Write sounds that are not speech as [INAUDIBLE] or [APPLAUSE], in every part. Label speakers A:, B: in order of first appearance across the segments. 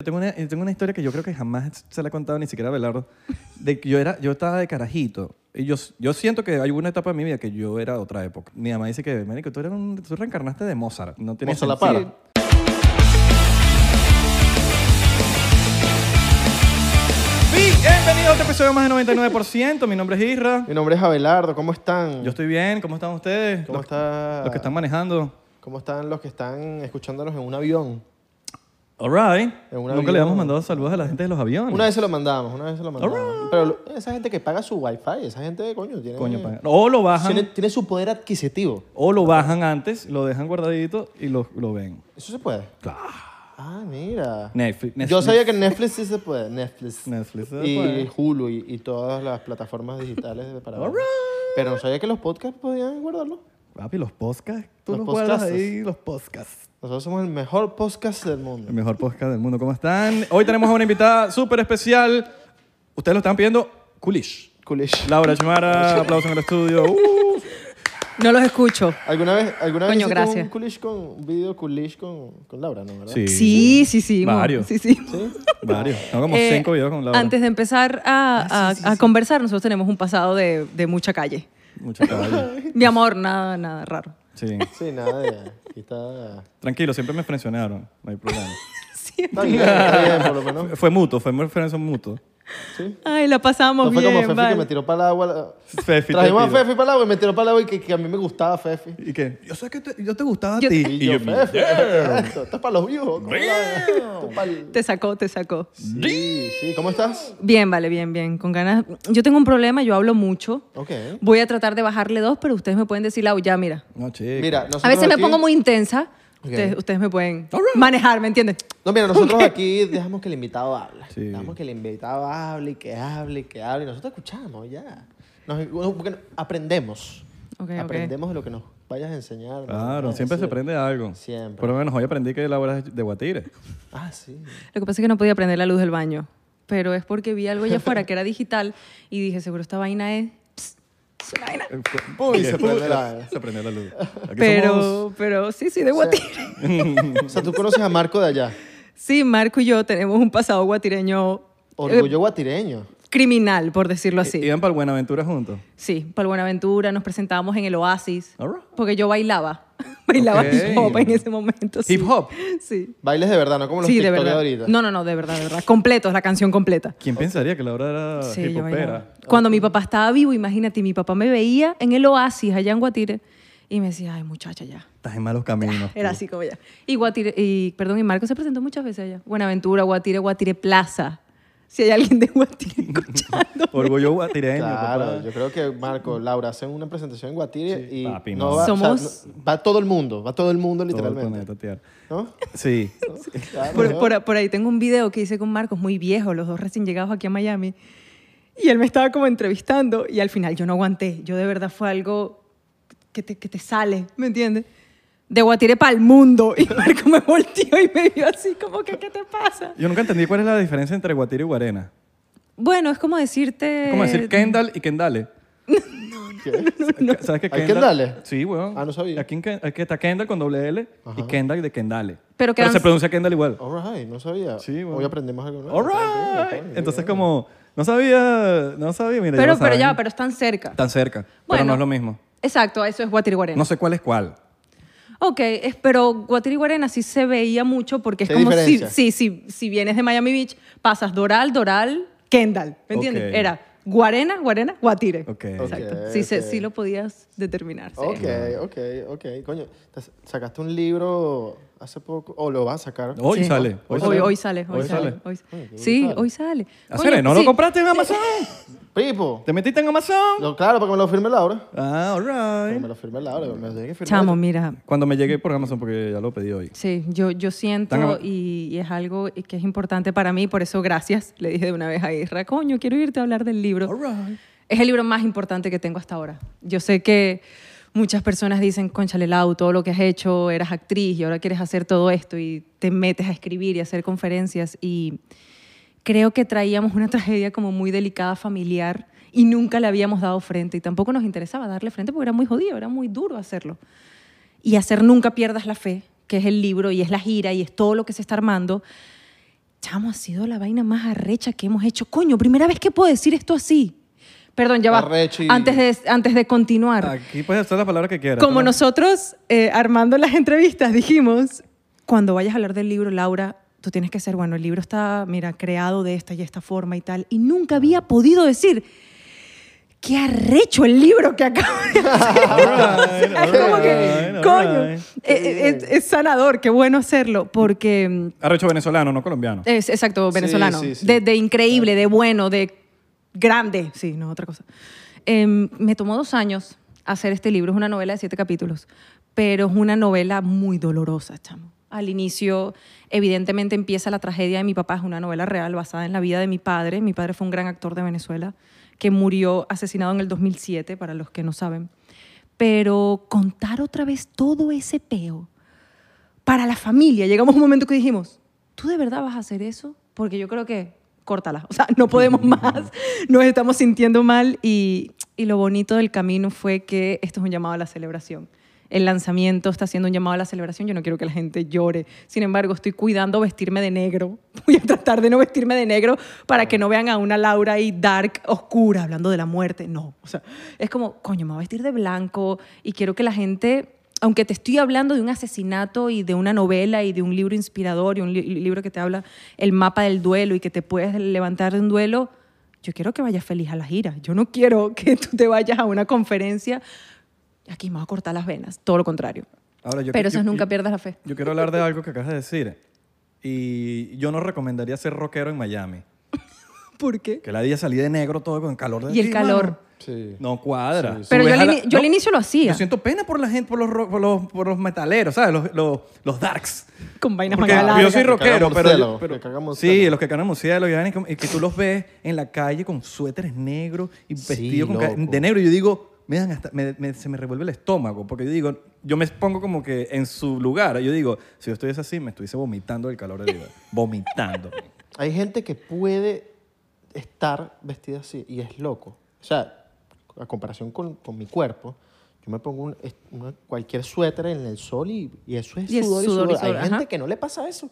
A: Yo tengo, una, yo tengo una historia que yo creo que jamás se la he contado ni siquiera a Belardo. De que yo, era, yo estaba de carajito. Y yo, yo siento que hay una etapa en mi vida que yo era de otra época. Mi mamá dice que, marico, tú, eres un, tú reencarnaste de Mozart. No tienes
B: Mozart la para.
A: Bienvenido a otro episodio más de 99%. Mi nombre es Isra.
B: Mi nombre es Abelardo, ¿cómo están?
A: Yo estoy bien. ¿Cómo están ustedes?
B: ¿Cómo,
A: los,
B: está-
A: los que están manejando.
B: ¿Cómo están los que están escuchándonos en un avión?
A: All right.
B: En un
A: Nunca
B: avión.
A: le habíamos mandado saludos a la gente de los aviones.
B: Una vez se lo mandamos, una vez se lo mandamos. Pero lo- esa gente que paga su wifi, esa gente, coño, tiene,
A: Coño, pan. O lo bajan.
B: tiene, tiene su poder adquisitivo.
A: O lo bajan antes, lo dejan guardadito y lo, lo ven.
B: ¿Eso se puede? Claro. Ah, mira.
A: Netflix. Netflix.
B: Yo sabía que Netflix sí se puede, Netflix.
A: Netflix se
B: y
A: puede.
B: Hulu y, y todas las plataformas digitales de para ver. Pero no sabía que los podcasts podían guardarlo.
A: Papi, los podcasts. Tú
B: Los
A: los, guardas
B: podcastes.
A: ahí, los podcasts.
B: Nosotros somos el mejor podcast del mundo.
A: El mejor podcast del mundo. ¿Cómo están? Hoy tenemos a una invitada súper especial. Ustedes lo están viendo, Kulish.
B: Coolish.
A: Laura Chimara, aplauso en el estudio. Uh.
C: No los escucho.
B: ¿Alguna vez, alguna vez hiciste
C: Coño,
B: un
C: gracias.
B: coolish con un video coolish con, con Laura, ¿no? ¿Verdad?
C: Sí, sí, sí. mo-
A: Varios.
C: Sí, sí.
B: ¿Sí?
A: Varios. Tengo como
C: Eh,
A: cinco videos con Laura.
C: Antes de empezar a, a- a conversar, nosotros tenemos un pasado de, de mucha calle.
A: Mucho caballo.
C: Mi amor, nada, nada raro.
A: Sí.
B: Sí, nada de. Aquí está.
A: Tranquilo, siempre me frencionaron. No hay problema.
C: Sí.
B: Está bien, está bien, por lo menos.
A: Fue- Fue mutuo, fue una frención mutuo.
B: Sí.
C: Ay, la
B: No
C: pasamos
B: fue
C: bien.
B: como Fefi
C: vale.
B: que me tiró para el agua.
A: Fefi, te
B: Trajimos a
A: pido.
B: Fefi para el agua y me tiró para el agua y que, que a mí me gustaba Fefi.
A: ¿Y qué? Yo sé que te- yo te gustaba a
C: Yo-
A: ti.
B: Y yo, Fefi, [LAUGHS] esto, esto es para los viejos. ¿cómo la ves? Esto es para el-
C: Te sacó, te sacó.
B: Sí, sí. ¿Cómo estás?
C: Bien, vale, bien, bien. Con ganas. Yo tengo un problema, yo hablo mucho.
B: Ok.
C: Voy a tratar de bajarle dos, pero ustedes me pueden decir, Lau, ya, mira.
A: No, chico.
B: Mira, nosotros
C: A veces me
B: aquí-
C: pongo muy intensa.
B: Ok.
C: Ustedes, ustedes me pueden manejar, ¿me entienden?
B: No, mira, nosotros aquí dejamos que el invitado hable.
A: Sí.
B: Dejamos que el invitado hable y que hable y que hable. Y nosotros escuchamos, ya. Nos, porque aprendemos.
C: Ok, ok.
B: aprendemos de lo que nos vayas a enseñar. nos
A: Claro,
B: vayas a
A: siempre se
B: decir.
A: aprende algo.
B: Siempre.
A: Por lo menos hoy aprendí que Laura es de Guatire.
B: Ah, sí.
C: Lo que pasa es que no podía prender la luz del baño, pero es porque vi algo allá afuera que era digital y dije, seguro esta vaina es... Psst, es una vaina.
B: Uy, se prende la-
A: Se prendió la luz. Aquí somos-
C: Pero, pero sí, sí, de Guatire.
B: O sea, tú conoces a Marco de allá.
C: [LAUGHS] Sí, Marco y yo tenemos un pasado guatireño
B: Orgullo guatireño.
C: eh, criminal, por decirlo así.
A: Iban para el Buenaventura juntos.
C: Sí, para Buenaventura nos presentábamos en el Oasis,
A: All right.
C: porque yo bailaba. [LAUGHS] Bailaba
A: Ok.
C: hip hop en ese momento. sí.
A: Hip hop.
C: Sí.
B: Bailes de verdad, no como los
C: Sí, de
B: TikTok de
C: verdad.
B: ahorita.
C: No, no, no, de verdad, de verdad. Completo, es la canción completa.
A: ¿Quién pensaría que Laura era
C: Sí,
A: hip
C: yo bailaba.
A: hopera?
C: Cuando mi papá estaba vivo, imagínate, mi papá me veía en el oasis allá en Guatire y me decía, ay muchacha, ya.
A: Estás en malos caminos.
C: Era así como ya. Y Guatire, y perdón, y Marco se presentó muchas veces allá. Buenaventura, Guatire, Guatire Plaza. Si hay alguien de Guatire escuchando.
A: Orgullo guatireño,
B: Claro,
A: papá.
B: yo creo que Marco, Laura hacen una presentación en Guatire y
A: Papi,
B: no
A: no.
B: va, o sea,
C: Somos-
B: no- va todo el mundo, va todo el mundo
A: Todo el
B: literalmente.
A: planeta Tierra.
B: ¿No?
A: Sí.
B: Claro,
C: Por,
B: ¿no?
C: por- por ahí tengo un video que hice con Marcos, muy viejo, los dos recién llegados aquí a Miami. Y él me estaba como entrevistando y al final yo no aguanté. Yo de verdad fue algo que te, que te sale, ¿me entiendes? De Guatire para el mundo. Y [LAUGHS] Marco me volteó y me vio así como que, ¿qué te pasa?
A: Yo nunca entendí cuál es la diferencia entre guatire y guarena.
C: Bueno, es como decirte...
A: Es como decir Kendall y Kendale.
B: ¿Qué?
A: ¿Sabes qué
B: ¿Hay Kendale?
A: Sí, weón.
B: Ah, no sabía.
A: Aquí, en Ken- aquí está Kendall con doble L y Kendall de Kendale.
C: Pero
A: Pero
C: quedan-
A: se pronuncia Kendall igual.
B: All right, no sabía.
A: Sí, bueno.
B: Hoy aprendimos algo nuevo.
A: All right. Entonces, como, no sabía, no sabía, mira.
C: Pero,
A: lo
C: pero ya,
A: saben.
C: pero están cerca.
A: Tan cerca, pero
C: Bueno.
A: no es lo mismo.
C: Exacto, eso es Guatire y Guarena.
A: No sé cuál es cuál.
C: Ok, es- pero Guatire y Guarena sí se veía mucho porque es
B: ¿Qué
C: como si,
B: diferencia?
C: sí, sí, si vienes de Miami Beach, pasas Doral, Doral, Kendall, ¿me entiendes?
A: Ok.
C: Era Guarena, Guarena, Guatire.
A: Ok.
C: Exacto.
B: Ok,
C: sí, se-
B: ok.
C: sí lo podías determinar. sí.
B: Ok, ok, ok. Coño, te sacaste un libro hace poco, o lo vas a sacar.
A: Hoy
C: Sí.
A: sale.
C: Hoy, hoy sale, hoy, sale. hoy-
B: Oye, qué
C: sí,
B: brutal.
C: hoy sale.
A: Hacer,
C: Coño,
A: ¿no lo
C: sí.
A: compraste en Amazon?
B: Pipo.
A: ¿Te metiste en Amazon?
B: No, claro, para que me lo firme Laura.
A: Ah,
B: Para que
A: all
B: me
A: right.
B: lo firme Laura. Me lo tiene que firmar.
C: Chamo, mira,
A: Cuando me llegué por Amazon, porque ya lo pedí hoy.
C: sí, yo, yo
A: Tan
C: siento
A: ama-
C: y, y es algo que es importante para mí, por eso gracias, le dije de una vez a Isra, coño, quiero irte a hablar del libro.
A: All right.
C: Es el libro más importante que tengo hasta ahora. Yo sé que muchas personas dicen, conchale Lau, todo lo que has hecho, eras actriz y ahora quieres hacer todo esto y te metes a escribir y a hacer conferencias y creo que traíamos una [LAUGHS] tragedia como muy delicada familiar y nunca le habíamos dado frente y tampoco nos interesaba darle frente porque era muy jodido, era muy duro hacerlo. Y hacer Nunca pierdas la fe, que es el libro y es la gira y es todo lo que se está armando chamo, ha sido la vaina más arrecha que hemos hecho. Coño, primera vez que puedo decir esto así. Perdón, ya va.
B: Arrechi.
C: Antes de, antes de continuar.
A: Aquí puedes usar la palabra que quieras.
C: Como
A: Toma.
C: nosotros, eh, armando las entrevistas, dijimos, cuando vayas a hablar del libro, Laura, tú tienes que ser, bueno, el libro está, mira, creado de esta y esta forma y tal. Y nunca había podido decir, qué arrecho el libro que acabo de hacer. [LAUGHS]
A: Alright,
C: es como que,
A: alright,
C: coño,
A: alright.
C: eh, eh, es, es sanador, qué bueno hacerlo, porque... mm,
A: Arrecho venezolano, no colombiano.
C: es, exacto,
B: Sí,
C: venezolano.
B: sí, sí.
C: De, de increíble, de bueno, de grande. Sí, no, otra cosa. Em, me tomó dos años hacer este libro. Es una novela de siete capítulos, pero es una novela muy dolorosa, chamo. Al inicio, evidentemente, empieza la tragedia de mi papá. Es una novela real basada en la vida de mi padre. Mi padre fue un gran actor de Venezuela que murió asesinado en el 2007, para los que no saben. Pero contar otra vez todo ese peo para la familia. Llegamos a un momento que dijimos, ¿tú de verdad vas a hacer eso? Porque yo creo que córtala, o sea, no podemos más, nos estamos sintiendo mal y, y lo bonito del camino fue que esto es un llamado a la celebración. El lanzamiento está haciendo un llamado a la celebración, yo no quiero que la gente llore, sin embargo estoy cuidando vestirme de negro, [LAUGHS] voy a tratar de no vestirme de negro para que no vean a una Laura ahí dark, oscura, hablando de la muerte, no, o sea, es como, coño, me voy a vestir de blanco y quiero que la gente aunque te estoy hablando de un asesinato y de una novela y de un libro inspirador y un li- libro que te habla el mapa del duelo y que te puedes levantar de un duelo, yo quiero que vayas feliz a la gira. Yo no quiero [LAUGHS] que tú te vayas a una conferencia. Aquí me va a cortar las venas. Todo lo contrario.
A: Ahora, yo-
C: Pero
A: yo-
C: eso es nunca
A: yo-
C: pierdas la fe.
A: Yo quiero hablar de algo que acabas de decir. Y yo no recomendaría ser rockero en Miami.
C: ¿Por qué?
A: Que la día salí de negro todo con el calor de
C: Y el
A: ti,
C: calor.
A: mano.
B: Sí.
A: No cuadra.
B: Sí, sí.
A: Tú
C: Pero
A: ves
C: yo
A: a
C: al,
A: la-
C: ini- yo al
A: no,
C: inicio lo hacía
A: Yo siento pena por la gente, por los, ro- por los, por los metaleros, ¿sabes? Los, los, los darks.
C: con vainas
A: Porque
C: manga
A: yo
C: larga.
A: soy rockero,
B: Que cagan
A: pero,
B: murciélago,
A: yo- pero-
B: que cagan murciélago.
A: sí, los que cagan murciélago y, van y com- y que tú los ves en la calle con suéteres negros y
B: Sí,
A: vestidos con ca-
B: loco.
A: de negro y yo digo, me dan hasta, me- me- se me revuelve el estómago porque yo digo, yo me pongo como que en su lugar, yo digo, si yo estuviese así me estuviese vomitando el calor del día, vomitando.
C: [LAUGHS]
B: Hay gente que puede estar vestida así y es loco. O sea, a comparación con, con mi cuerpo, yo me pongo un- es- una- cualquier suéter en el sol y, y eso es
C: Y es
B: sudor y
C: sudor
B: sudor.
C: y
B: Hay
C: sudor, ajá.
B: gente que no le pasa eso.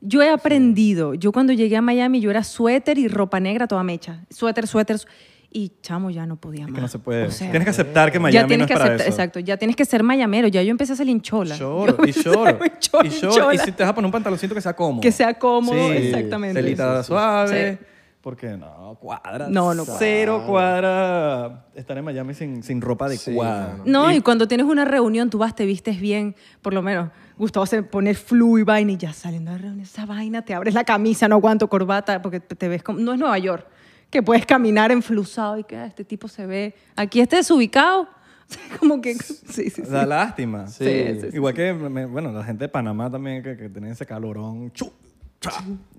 C: Yo he aprendido. Yo cuando llegué a Miami, yo era suéter y ropa negra toda mecha. Suéter, suéter. su- Y chamo, ya no podía
A: Es
C: más.
A: que no se puede.
C: O sea,
A: tienes que aceptar que Miami
C: ya tienes
A: no es
C: que
A: para
C: aceptar,
A: eso.
C: exacto, ya tienes que ser mayamero, ya yo empecé a ser hinchola.
A: Short,
C: Yo [LAUGHS]
A: y short,
C: empecé a ser muy
A: y
C: chola,
A: short. Y
C: chola.
A: si te vas a poner un pantaloncito que sea cómodo.
C: Que sea cómodo,
A: Sí,
C: exactamente.
A: Telita
B: Sí, sí, sí.
A: suave.
C: Sí.
A: Porque no, cuadra.
C: No, no
A: Cero cuadra estar en Miami sin, sin ropa
B: Sí,
A: adecuada.
B: no,
C: No, y, cuando tienes una reunión, tú vas, te vistes bien, por lo menos. Gustavo se pone flu y vaina y ya saliendo de la reunión, esa vaina, te abres la camisa, no aguanto corbata, porque te te ves como... No es Nueva York, que puedes caminar enflusado y que ah, este tipo se ve... Aquí este desubicado, [LAUGHS] como que... Sí, sí, sí.
A: Da lástima.
B: Sí. sí,
A: Igual que, me- bueno, la gente de Panamá también, que, que tienen ese calorón. Chu, cha.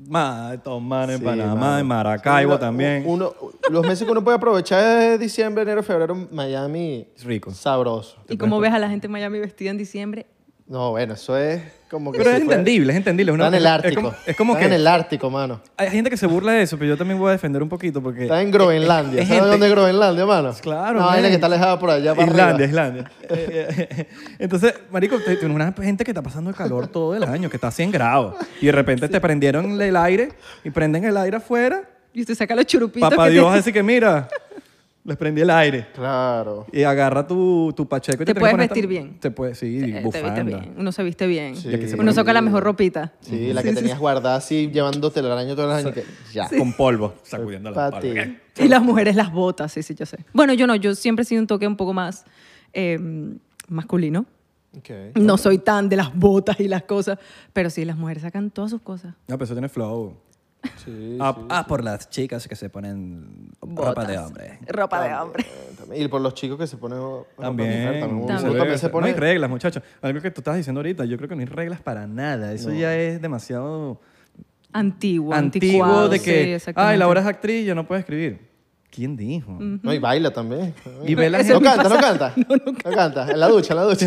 A: Ma, estos manes en
B: Sí,
A: Panamá,
B: mano.
A: en Maracaibo
B: Sí, la-
A: también.
B: uno- los meses que uno puede aprovechar es diciembre, enero, febrero, Miami.
A: Es rico.
B: Sabroso.
C: Y como ves a la gente en Miami vestida en diciembre,
B: No, bueno, eso es como que.
A: Pero
B: si
A: es
B: fuera-
A: entendible, es entendible. es una-
B: Está en el
A: es-
B: Ártico.
A: Es como, es como
B: Está
A: que Eh,
B: en el Ártico, mano.
A: hay gente que se burla de eso, pero yo también voy a defender un poquito porque...
B: Está en Groenlandia.
A: es
B: ¿Sabes
A: gente-
B: dónde es Groenlandia, mano?
A: Claro.
B: Una vaina
A: men.
B: que está alejada por allá para
A: Islandia,
B: arriba.
A: Islandia. Eh, eh, Entonces, marico, te- tienes una gente que está pasando el calor todo el año, que está a 100 grados. Y de repente te prendieron el aire y prenden el aire afuera.
C: y usted saca los churupitos
A: Papá
C: que
A: Dios
C: tiene.
A: así que mira, les prendí el aire.
B: Claro.
A: Y agarra tu, tu pacheco. y
C: Te
A: tienes que
C: puedes
A: poner esta-
C: vestir bien.
A: Te puedes, sí,
C: Eh, te
A: bufanda.
C: viste bien, uno se viste bien,
B: Sí. Ya que se
C: uno
B: pone-
C: saca la mejor ropita.
B: Sí, la que tenías guardada así, llevándote el araño todo el año. y que Ya.
A: Con polvo, sacudiendo la
B: Pa' ti.
A: palma.
C: Y las mujeres las botas, sí, sí, yo sé. Bueno, yo no, yo siempre he sido un toque un poco más eh, masculino.
B: Ok.
C: No soy tan de las botas y las cosas, pero sí, las mujeres sacan todas sus cosas.
A: No, pero eso tiene flow.
B: Sí.
A: ah, ah, por las chicas que se ponen ropa de hombre.
C: Ropa de hombre.
B: Eh, también- Y por los chicos que se ponen. ropa de
A: También.
B: mujer, también uno-
A: se
B: uno
A: ve
B: también
A: eso.
B: se pone.
A: No hay reglas, muchachos. Algo que tú estás diciendo ahorita, yo creo que no hay reglas para nada. Eso ya es demasiado
C: Antiguo,
A: antiguo
C: anticuado.
A: de
C: sí,
A: que, ay,
C: exactamente. Mm.
A: Laura es actriz, yo no puedo escribir. ¿Quién dijo?
B: No, y baila también.
A: Y ve la
B: No
A: gente-
B: canta, no canta. No, canta. En la ducha, en la ducha.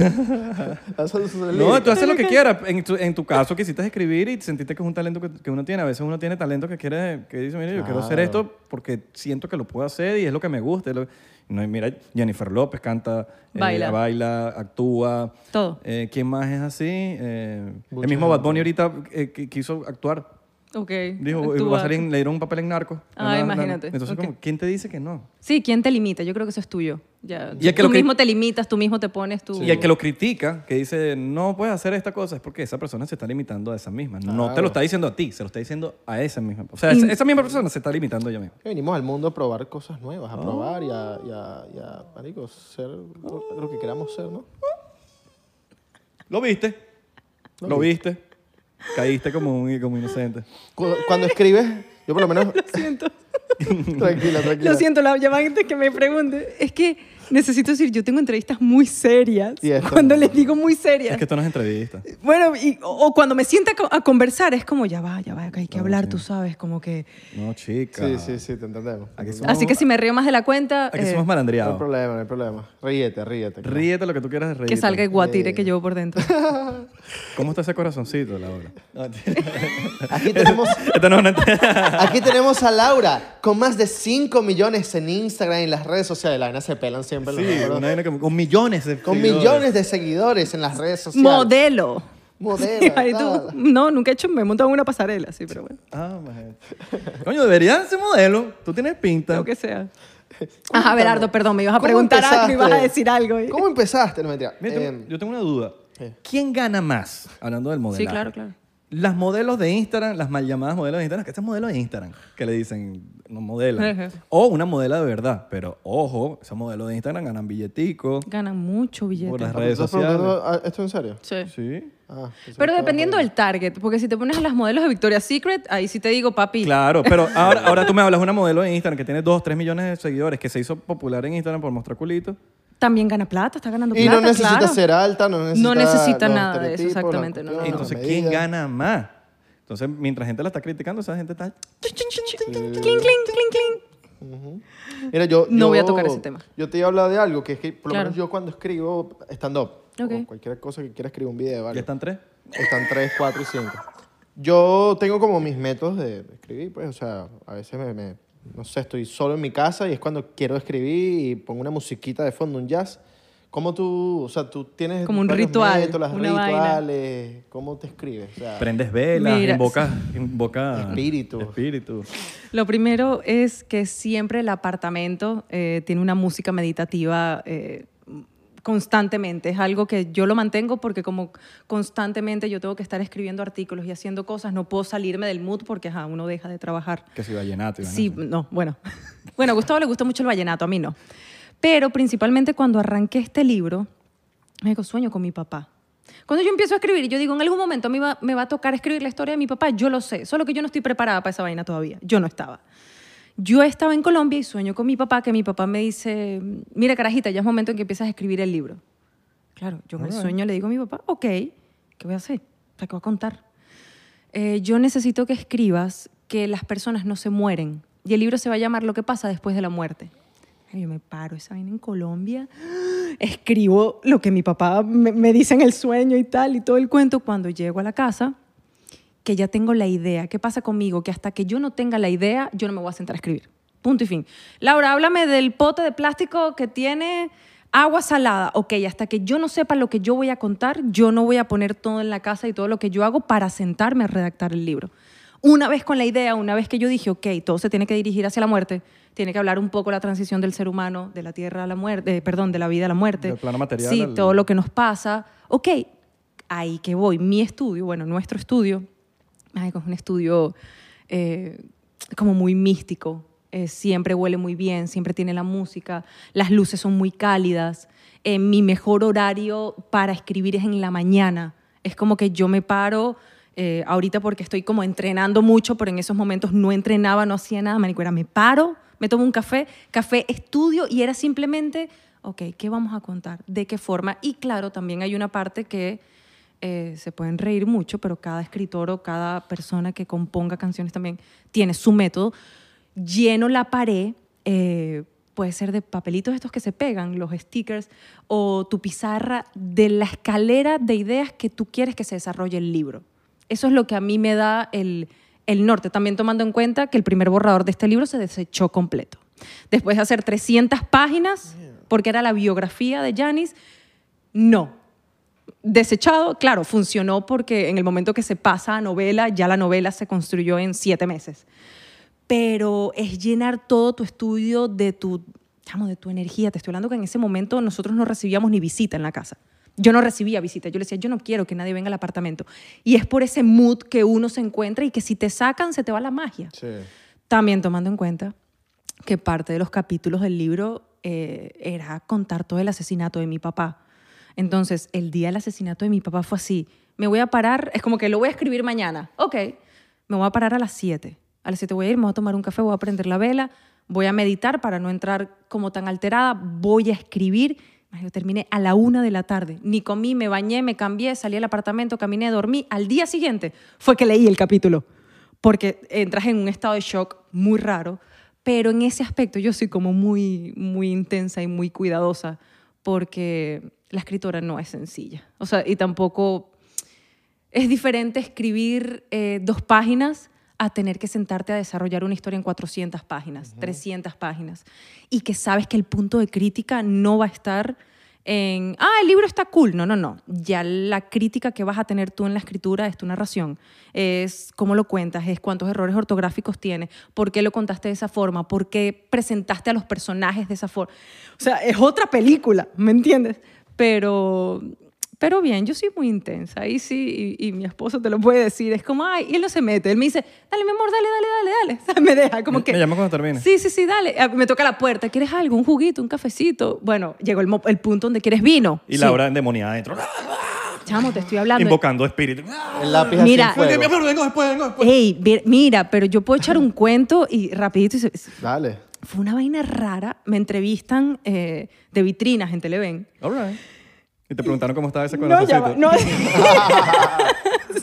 B: Eso es el
A: No,
B: lírico.
A: tú haces lo que quieras. En tu, en tu caso, quisiste escribir y sentiste que es un talento que, que uno tiene. A veces uno tiene talento que quiere, que dice, mira, yo quiero hacer
B: Claro.
A: esto porque siento que lo puedo hacer y es lo que me gusta. es lo- No, y mira, Jennifer López canta, eh,
C: Baila.
A: baila, actúa.
C: Todo.
A: Eh, ¿Quién más es así? Eh, el
B: Mucha
A: mismo Bad
B: gente.
A: Bunny ahorita eh, qui- quiso actuar.
C: Ok.
A: Dijo,
C: actúa.
A: va a salir, en- le dieron un papel en narco. Na,
C: Ah,
A: na, na.
C: imagínate.
A: Entonces,
C: Ok.
A: como, ¿quién te dice que no?
C: Sí, ¿quién te limita? Yo creo que eso es tuyo. Ya,
A: Y el que
C: tú
A: lo cri-
C: mismo te limitas, tú mismo te pones tú.
A: Y el que lo critica, que dice, no puedes hacer esta cosa, es porque esa persona se está limitando a esa misma. No te
B: Claro.
A: lo está diciendo a ti, se lo está diciendo a esa misma. O sea, esa, esa misma persona se está limitando ella misma.
B: Que venimos al mundo a probar cosas nuevas, a probar y a, y a, y a, marico, ser lo, lo que queramos ser, ¿no?
A: ¿Lo viste? ¿Lo viste? Caíste como un como inocente.
B: Cu- Cuando escribes, yo por lo menos...
C: Lo siento.
B: [LAUGHS] tranquila, tranquila.
C: Lo siento, la llamante que me pregunte. Es que necesito decir, yo tengo entrevistas muy serias.
B: Y esto
C: Cuando
B: no.
C: les digo muy serias.
A: Es que esto no es entrevista.
C: Bueno, y- o, o cuando me sienta co- a conversar, es como, ya va, ya va, que hay que hablar, tú sabes, como que...
A: No, chica.
B: Sí, sí, sí, te entendemos.
A: Aquí somos-
C: Así que si me río más de la cuenta,
A: Aquí
C: eh,
A: somos
B: No hay
A: malandreados.
B: problema, no hay problema. Ríete, ríete. claro.
A: Ríete lo que tú quieras de reír.
C: que salga el guatire
B: Eh.
C: que llevo por
B: [LAUGHS]
C: dentro.
A: ¿Cómo está ese corazoncito, Laura?
B: Aquí tenemos...
A: [LAUGHS] Esto no [LAUGHS] es una entrevista.
B: Aquí tenemos a Laura con más de 5 millones en Instagram y en las redes sociales. La vaina se pelan siempre. los
A: Sí,
B: números.
A: una vaina como- con millones de
B: Con
A: seguidores.
B: millones de seguidores en las redes sociales.
C: Modelo.
B: Modelo,
C: Ay, tú-
B: nada.
C: no, nunca he hecho, me he montado en una pasarela, sí, pero bueno,
A: Ah, imagínate. Coño, deberían ser modelo. Tú tienes pinta.
C: lo
B: [LAUGHS]
C: que sea. Ajá, Berardo, perdón, me ibas a
B: ¿Cómo
C: preguntar algo,
B: empezaste?
C: ibas a decir algo. ¿eh? y-
B: ¿Cómo empezaste? No, mentira.
A: Mira, tengo-
B: Eh,
A: yo tengo una duda.
B: ¿Qué?
A: ¿Quién gana más? Hablando del modelaje.
C: Sí, claro, claro.
A: Las modelos de Instagram, las mal llamadas modelos de Instagram, que estas modelos de Instagram, que le dicen, no modelan.
C: Ajá.
A: o una modela de verdad. Pero ojo, esas modelos de Instagram ganan billetico
C: Ganan mucho
A: por
C: billete.
A: las redes
B: ¿estás
A: sociales.
B: preguntando a- ¿Esto en serio?
C: Sí.
A: Sí.
B: Ah, pensé que
C: Pero
B: estaba-
C: dependiendo del target, porque si te pones a las modelos de Victoria's Secret, ahí sí te digo, papi,
A: Claro, pero
C: [LAUGHS]
A: ahora, ahora tú me hablas de una modelo de Instagram que tiene 2, 3 millones de seguidores, que se hizo popular en Instagram por mostrar culito.
C: también gana plata, está ganando
B: Y
C: plata,
B: no necesita
C: claro.
B: ser alta, no necesita...
C: No necesita
B: los
C: nada de
B: estereotipos, las
C: eso, exactamente, no, no,
B: cuestiones,
C: no.
A: Entonces,
B: las
A: ¿quién
B: medidas.
A: gana más? Entonces, mientras gente la está criticando, esa gente está...
C: Cling, cling, cling, cling.
B: Mira, yo,
C: No
B: yo-
C: voy a tocar ese tema.
B: Yo te iba a hablar de algo, que es que por lo
C: Claro.
B: menos yo cuando escribo stand-up,
C: Ok.
B: o cualquier cosa que quiera escribir un video,
A: ¿Ya
B: ¿vale?
A: están tres?
B: Están tres, cuatro y cinco. Yo tengo como mis métodos de escribir, pues, o sea, a veces me, me- no sé, estoy solo en mi casa y es cuando quiero escribir y pongo una musiquita de fondo, un jazz. ¿Cómo tú, o sea, tú tienes
C: Como un
B: varios
C: ritual,
B: métodos, las
C: una vaina.
B: rituales, cómo te escribes? O sea,
A: Prendes velas,
C: Mira,
A: invocas... invocas
B: Espíritu.
A: Espíritu.
C: Lo primero es que siempre el apartamento eh, tiene una música meditativa eh, constantemente. Es algo que yo lo mantengo porque como constantemente yo tengo que estar escribiendo artículos y haciendo cosas, no puedo salirme del mood porque ajá, uno deja de trabajar.
A: Que si vallenato. y vainas
C: Sí,
A: así.
C: no, bueno. [LAUGHS] Bueno, a Gustavo le gusta mucho el vallenato, a mí no. Pero principalmente cuando arranqué este libro, me digo, sueño con mi papá. Cuando yo empiezo a escribir, yo digo, en algún momento me va, me va a tocar escribir la historia de mi papá, yo lo sé, solo que yo no estoy preparada para esa vaina todavía, yo no estaba. Yo estaba en Colombia y sueño con mi papá, que mi papá me dice, mira carajita, ya es momento en que empiezas a escribir el libro. Claro, yo en el sueño le digo a mi papá, ok, ¿qué voy a hacer? O sea, ¿qué voy a contar? Eh, yo necesito que escribas que las personas no se mueren. Y el libro se va a llamar Lo que pasa después de la muerte. Ay, Yo me paro esa vaina en Colombia, [GASPS] escribo lo que mi papá me, me dice en el sueño y tal, y todo el cuento. Cuando llego a la casa, que ya tengo la idea. ¿Qué pasa conmigo? Que hasta que yo no tenga la idea, yo no me voy a sentar a escribir. Punto y fin. Laura, háblame del pote de plástico que tiene agua salada. Ok, hasta que yo no sepa lo que yo voy a contar, yo no voy a poner todo en la casa y todo lo que yo hago para sentarme a redactar el libro. Una vez con la idea, una vez que yo dije, ok, todo se tiene que dirigir hacia la muerte, tiene que hablar un poco la transición del ser humano, de la tierra a la muerte, eh, perdón, de la vida a la muerte.
A: Del plano material
C: Sí,
A: al-
C: todo lo que nos pasa. Ok, ahí que voy. Mi estudio, bueno, nuestro estudio, ay, es un estudio eh, como muy místico. Eh, siempre huele muy bien, siempre tiene la música, las luces son muy cálidas. Eh, mi mejor horario para escribir es en la mañana. Es como que yo me paro eh, ahorita porque estoy como entrenando mucho, pero en esos momentos no entrenaba, no hacía nada, marico, era me paro, me tomo un café, café, estudio y era simplemente, ok, ¿qué vamos a contar? ¿De qué forma? Y claro, también hay una parte que eh, se pueden reír mucho, pero cada escritor o cada persona que componga canciones también tiene su método. Lleno la pared, eh, puede ser de papelitos estos que se pegan, los stickers, o tu pizarra de la escalera de ideas que tú quieres que se desarrolle el libro. Eso es lo que a mí me da el, el norte, también tomando en cuenta que el primer borrador de este libro se desechó completo. Después de hacer 300 páginas, porque era la biografía de Janis, no. desechado, claro, funcionó porque en el momento que se pasa a novela, ya la novela se construyó en siete meses. Pero es llenar todo tu estudio de tu, chamo, de tu energía. Te estoy hablando que en ese momento nosotros no recibíamos ni visita en la casa. Yo no recibía visita. Yo le decía, yo no quiero que nadie venga al apartamento. Y es por ese mood que uno se encuentra y que si te sacan, se te va la magia.
B: Sí.
C: También tomando en cuenta que parte de los capítulos del libro eh, era contar todo el asesinato de mi papá. Entonces, el día del asesinato de mi papá fue así. Me voy a parar, es como que lo voy a escribir mañana. Ok, me voy a parar a las 7. A las 7 voy a ir, me voy a tomar un café, voy a prender la vela, voy a meditar para no entrar como tan alterada, voy a escribir. Ay, Yo terminé a la una de la tarde. Ni comí, me bañé, me cambié, salí al apartamento, caminé, dormí. Al día siguiente fue que leí el capítulo porque entras en un estado de shock muy raro, pero en ese aspecto yo soy como muy, muy intensa y muy cuidadosa, porque la escritora no es sencilla. O sea, y tampoco es diferente escribir eh, dos páginas a tener que sentarte a desarrollar una historia en 400 páginas, 300 páginas, y que sabes que el punto de crítica no va a estar en, ah, el libro está cool. No, no, no. Ya la crítica que vas a tener tú en la escritura es tu narración, es cómo lo cuentas, es cuántos errores ortográficos tiene, por qué lo contaste de esa forma, por qué presentaste a los personajes de esa forma. O sea, es otra película, ¿me entiendes? Pero pero bien, yo soy muy intensa, ahí sí, y, y mi esposo te lo puede decir, es como, ay, y él no se mete, él me dice, dale, mi amor, dale, dale, dale, [LAUGHS] dale, O sea, me deja, como
A: Me-
C: que...
A: me llama cuando termine.
C: Sí, sí, sí, dale, Ah, me toca la puerta, ¿quieres algo? ¿Un juguito? ¿Un cafecito? Bueno, llegó el, mo- el punto donde quieres vino.
A: Y
C: Sí.
A: Laura endemoniada adentro, ¡ah!
C: Chamo, te estoy hablando.
A: invocando espíritu. ¡Ah,
B: El lápiz así
C: Mira.
B: en fuego.
A: Mi amor, vengo después, vengo después.
C: Ey, ve- mira, pero yo puedo echar un cuento y rapidito y se-
B: Dale.
C: Fue una vaina rara. Me entrevistan eh, de vitrinas en Televen.
A: All right. Y te preguntaron cómo estaba ese
C: No,
A: corazoncito.
C: ya va, no.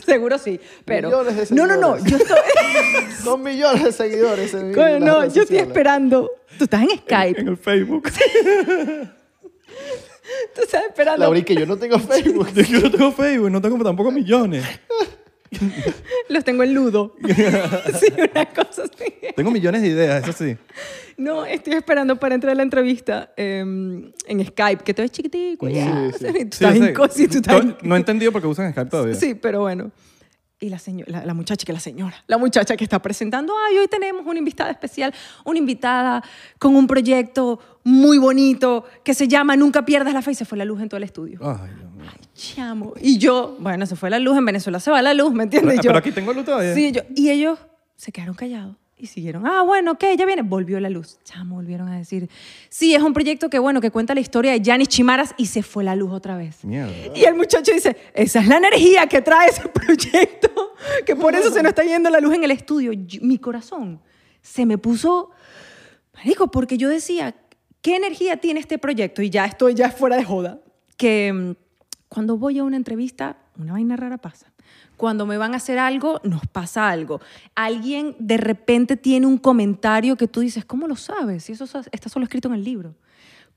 A: [LAUGHS]
C: [LAUGHS] Seguro sí, pero...
B: Millones de
C: No, no, no,
B: seguidores.
C: yo estoy...
B: Dos millones de seguidores en
C: Coño,
B: las
C: no,
B: redes
C: yo estoy
B: sociales.
C: esperando. Tú estás en Skype,
A: En el Facebook.
C: [LAUGHS]
A: [LAUGHS]
C: tú estás esperando.
B: Laura, y que yo no
C: [LAUGHS]
B: tengo Facebook.
A: Yo no tengo Facebook, no tengo tampoco millones.
C: Los tengo en [LAUGHS] ludo. sí, una cosa así.
A: Tengo millones de ideas, eso sí.
C: No, estoy esperando para entrar a la entrevista eh, en Skype, que todo es chiquitico. ya.
B: Sí, sí.
C: Tú
A: Sí,
C: estás
A: yo
C: en
A: sé.
C: cosas y tú estás en-
A: No- No he entendido por qué usan Skype todavía.
C: Sí, pero bueno. Y la, seño- la, la muchacha, que la señora, la muchacha que está presentando, ay, hoy tenemos una invitada especial, una invitada con un proyecto muy bonito que se llama Nunca pierdas la fe y se fue la luz en todo el estudio.
A: Ay, Dios mío.
C: Chamo. Y yo, bueno, se fue la luz, en Venezuela se va la luz, ¿me entiendes?
A: Ah,
C: Yo-
A: pero aquí tengo luz todavía.
C: Sí, yo, y ellos se quedaron callados y siguieron. Ah, bueno, ok, ya viene. Volvió la luz. Chamo, volvieron a decir. Sí, es un proyecto que, bueno, que cuenta la historia de Yanis Chimaras y se fue la luz otra vez.
A: Mierda.
C: Y el muchacho dice, esa es la energía que trae ese [LAUGHS] proyecto, que por eso se nos está yendo la luz en el estudio. Yo- mi corazón se me puso, marico, porque yo decía, ¿qué energía tiene este proyecto? Y ya estoy ya fuera de joda. Que mm, cuando voy a una entrevista, una vaina rara pasa. Cuando me van a hacer algo, nos pasa algo. Alguien de repente tiene un comentario que tú dices, ¿cómo lo sabes? Si eso sa- está solo escrito en el libro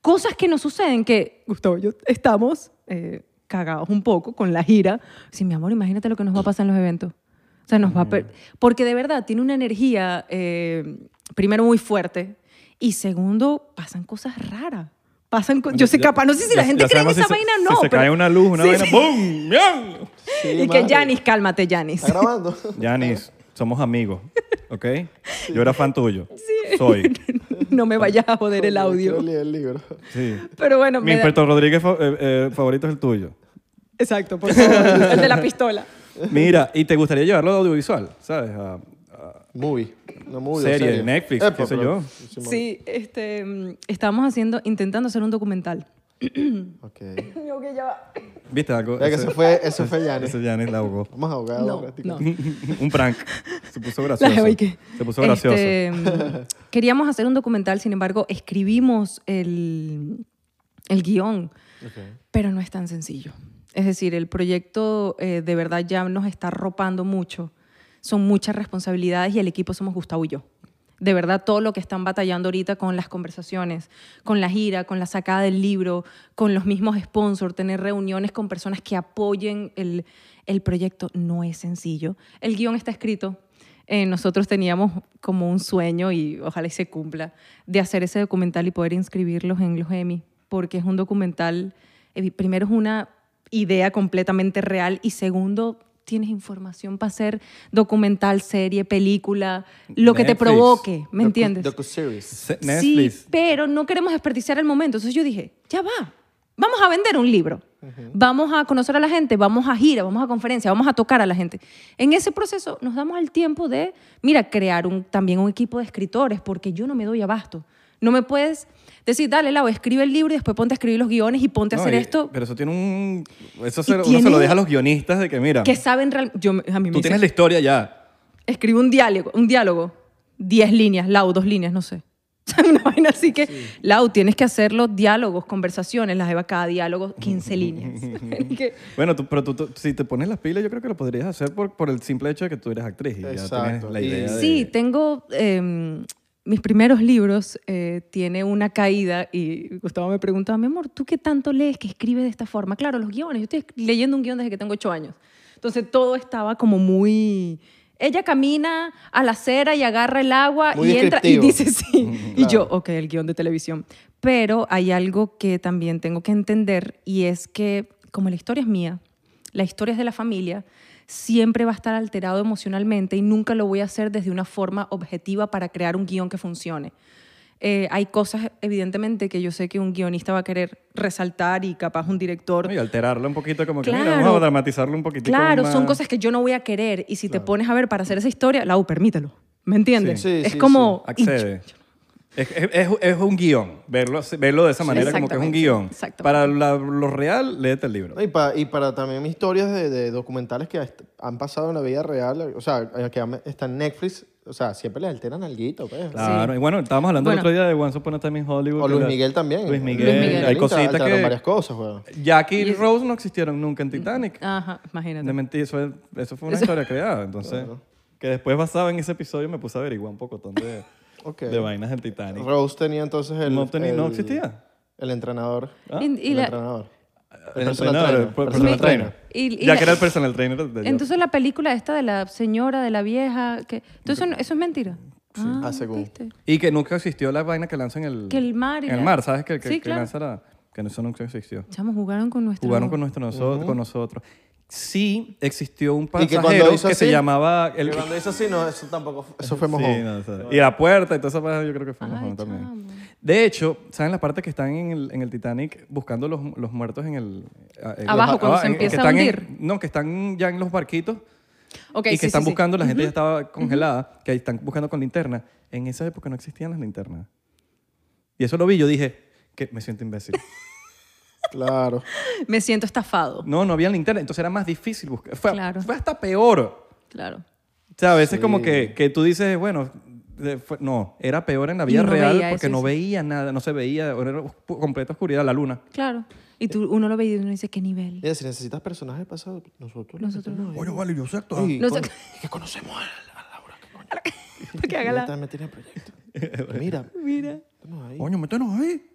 C: cosas que nos suceden que, Gustavo, yo estamos eh, cagados un poco con la gira. Sí, mi amor, imagínate lo que nos va a pasar en los eventos. O sea, nos va a per- Porque de verdad tiene una energía, eh, primero, muy fuerte y segundo, pasan cosas raras. Pasan co- yo sé
A: Ya-
C: capaz, no sé si
A: ya-
C: la gente
A: ya
C: cree en
A: sabemos si
C: esa
A: se-
C: vaina no.
A: Si se
C: pero-
A: cae una luz, una
C: Sí,
A: vaina,
C: sí.
A: ¡boom! ¡Miau!
B: Sí,
C: Y que
B: madre.
C: Janis, cálmate, Janis.
B: ¿Está grabando?
A: Yanis, somos amigos, ¿ok? Yo era fan tuyo.
C: [LAUGHS]
A: Soy.
C: [LAUGHS] no me vayas a joder
A: [LAUGHS]
C: el
B: Quiero
C: audio.
B: leer el libro.
A: Sí.
C: Pero bueno,
A: Mi
C: me da-
A: Humberto Rodríguez fa- eh, eh, favorito es el tuyo.
C: exacto, por favor,
A: [LAUGHS]
C: el de la pistola.
A: Mira, y te gustaría llevarlo a audiovisual, ¿sabes? A- a-
B: Movie. No movie.
A: Serie, Netflix, qué sé yo.
B: Sí.
C: Sí, este, mm, estábamos haciendo, intentando hacer un documental.
B: madre. Ok.
C: Yo que ya va.
A: ¿Viste algo?
B: Ya que
A: Ese-
B: eso fue, eso fue Yanis.
A: Ese Yanis la ahogó. [LAUGHS]
B: Vamos a ahogar
C: No,
B: un ratico.
C: no.
A: Un prank. Se puso
C: La
A: gracioso.
C: jeva y que-
A: Se puso gracioso.
C: Este, mm, queríamos hacer un documental, sin embargo, escribimos el, el guión,
B: Ok.
C: pero no es tan sencillo. Es decir, el proyecto eh, de verdad ya nos está ropando mucho. Son muchas responsabilidades y el equipo somos Gustavo y yo. De verdad, todo lo que están batallando ahorita con las conversaciones, con la gira, con la sacada del libro, con los mismos sponsors, tener reuniones con personas que apoyen el, el proyecto, no es sencillo. El guión está escrito. Eh, nosotros teníamos como un sueño, y ojalá y se cumpla, de hacer ese documental y poder inscribirlos en los Emmy, porque es un documental, eh, primero es una idea completamente real y segundo, tienes información para hacer documental, serie, película, lo que te
A: Netflix.
C: provoque, ¿me entiendes?
B: series.
A: Se- Netflix.
C: Sí, pero no queremos desperdiciar el momento. Entonces yo dije, ya va, vamos a vender un libro, vamos a conocer a la gente, vamos a gira, vamos a conferencia, vamos a tocar a la gente. En ese proceso nos damos el tiempo de, mira, crear un, también un equipo de escritores, porque yo no me doy abasto. No me puedes decir, dale, Lau, escribe el libro y después ponte a escribir los guiones y ponte a
A: No,
C: hacer
A: y-
C: esto.
A: Pero eso tiene un... Eso
C: Y
A: se, uno se
C: tiene-
A: lo deja a los guionistas de que, mira,
C: Que saben realmente. Yo, me- a mí me
A: tú tienes
C: dicen,
A: la historia ya.
C: escribe un diálogo, un diálogo, 10 líneas, Lau, dos líneas, no sé. [LAUGHS] O sea, Una vaina así que, Lau, tienes que hacerlo diálogos, conversaciones, las lleva cada diálogo
B: [LAUGHS]
C: 15 líneas. [LAUGHS] Y que-
A: Bueno, tú- pero tú, tú- si te pones las pilas, yo creo que lo podrías hacer por, por el simple hecho de que tú eres actriz y ya tienes
B: Exacto.
A: la
B: Y-
A: idea de-
C: sí, tengo eh, mis primeros libros, eh, tiene una caída y Gustavo me preguntaba, mi amor, ¿tú qué tanto lees que escribes de esta forma? Claro, los guiones, yo estoy leyendo un guión desde que tengo 8 años. Entonces todo estaba como muy... Ella camina a la acera y agarra el agua
B: Muy
C: y entra y
B: descriptivo.
C: dice sí. Y
B: claro.
C: yo, ok, el guión de televisión. Pero hay algo que también tengo que entender y es que como la historia es mía, la historia es de la familia, siempre va a estar alterado emocionalmente y nunca lo voy a hacer desde una forma objetiva para crear un guión que funcione. Eh, hay cosas, evidentemente, que yo sé que un guionista va a querer resaltar y capaz un director
A: ¿no? Y alterarlo un poquito, como que, mira,
C: Claro.
A: vamos a dramatizarlo un poquitito
C: Claro,
A: más.
C: son cosas que yo no voy a querer y si te pones a ver para hacer esa historia, Lau, permítelo. ¿Me entiendes?
B: Sí, sí,
C: es
B: sí,
C: como...
A: Accede. Es, es- es- es un guión, verlo, verlo de esa manera como que es un
C: Exactamente,
A: guión.
C: exactamente.
A: Para la- lo real, léete el libro.
B: No, Y, pa- y para también historias de, de documentales que est- han pasado en la vida real, o sea, eh, que han- están en Netflix, o sea, siempre le alteran alguito, pues.
A: Claro, y bueno, estábamos hablando el
C: Bueno.
A: otro día de Once Upon a Time in Hollywood.
B: O
A: que
B: Luis
A: la-
B: Miguel también.
A: Luis Miguel.
C: Luis Miguel.
A: Hay cositas
B: Alteraron varias
A: que...
B: cosas, weón.
A: Jackie y Rose no existieron nunca en Titanic.
C: Ajá,
A: De
C: imagínate.
A: mentir, eso, es- eso fue una historia creada. Entonces, que después basado en ese episodio me puse a averiguar un poco de,
B: Ok.
A: de vainas del Titanic.
B: Rose tenía entonces el...
A: No tenía- no
B: el-
A: existía.
B: El entrenador.
A: Ah,
C: Y- y
B: el
C: la-
B: entrenador.
A: El
B: personal
A: entrenador,
B: trainer,
A: el pro-
B: personal
A: personal trainer.
C: Y- y
A: ya
C: la-
A: que era el personal trainer de- de
C: Entonces la película esta de la señora, de la vieja, que... Entonces eso, es mentira. Ah,
B: Ah, según.
C: ¿viste?
A: Y que nunca existió la vaina que lanzan en el...
C: Que el mar y
A: en el
C: la-
A: mar, ¿sabes? Que, que,
C: Sí,
A: que
C: claro.
A: lanza la... Que eso nunca existió.
C: Chamo, jugaron con nuestro...
A: Jugaron con, nuestro, nosotros, con nosotros. Sí existió un
B: que cuando
A: pasajero que,
B: hizo
A: se
B: así-
A: llamaba... El,
B: Y cuando hizo así, no, eso tampoco... fue- Eso fue
A: Sí,
B: mojón.
A: no, o sea, y la puerta y toda esa vaina yo creo que fue
C: Ay,
A: mojón también.
C: chamo.
A: De hecho, ¿saben la parte que están en el, en el Titanic buscando los, los muertos en el... a- en-
C: Abajo,
A: los- ah,
C: cuando se
A: en-
C: empieza
A: que
C: a
A: están en-
C: hundir.
A: no, que están ya en los barquitos
C: Ok,
A: y que
C: sí, sí,
A: están
C: sí.
A: buscando, la gente ya estaba congelada, que ahí están buscando con linterna. En esa época no existían las linternas. Y eso lo vi, yo dije, que me siento
C: [LAUGHS]
A: imbécil.
B: Claro.
C: Me siento estafado.
A: No, no había linterna, entonces era más difícil buscar. Fue,
C: Claro.
A: fue hasta peor.
C: Claro.
A: O sea, a veces como
B: Sí.
A: que, que tú dices, bueno, de- fue- no, era peor en la vida
C: no
A: real
C: veía
A: porque
C: eso,
A: no
C: sí.
A: veía nada, no se veía, era os- completa oscuridad, la luna.
C: Claro. Y tú, uno lo ve y uno dice, ¿qué
A: Eh.
C: nivel?
B: Mira, si necesitas personajes pasados, nosotros...
C: Nosotros no.
A: Oye, vale, yo sé
B: Ay,
C: No
B: coño,
C: sé-
B: es que conocemos a, a Laura. que coño.
C: Que haga
B: Ella
C: la...
B: también
A: [LAUGHS]
B: tiene proyecto. Mira,
C: Mira.
B: estamos ahí.
A: Coño, métenos ahí.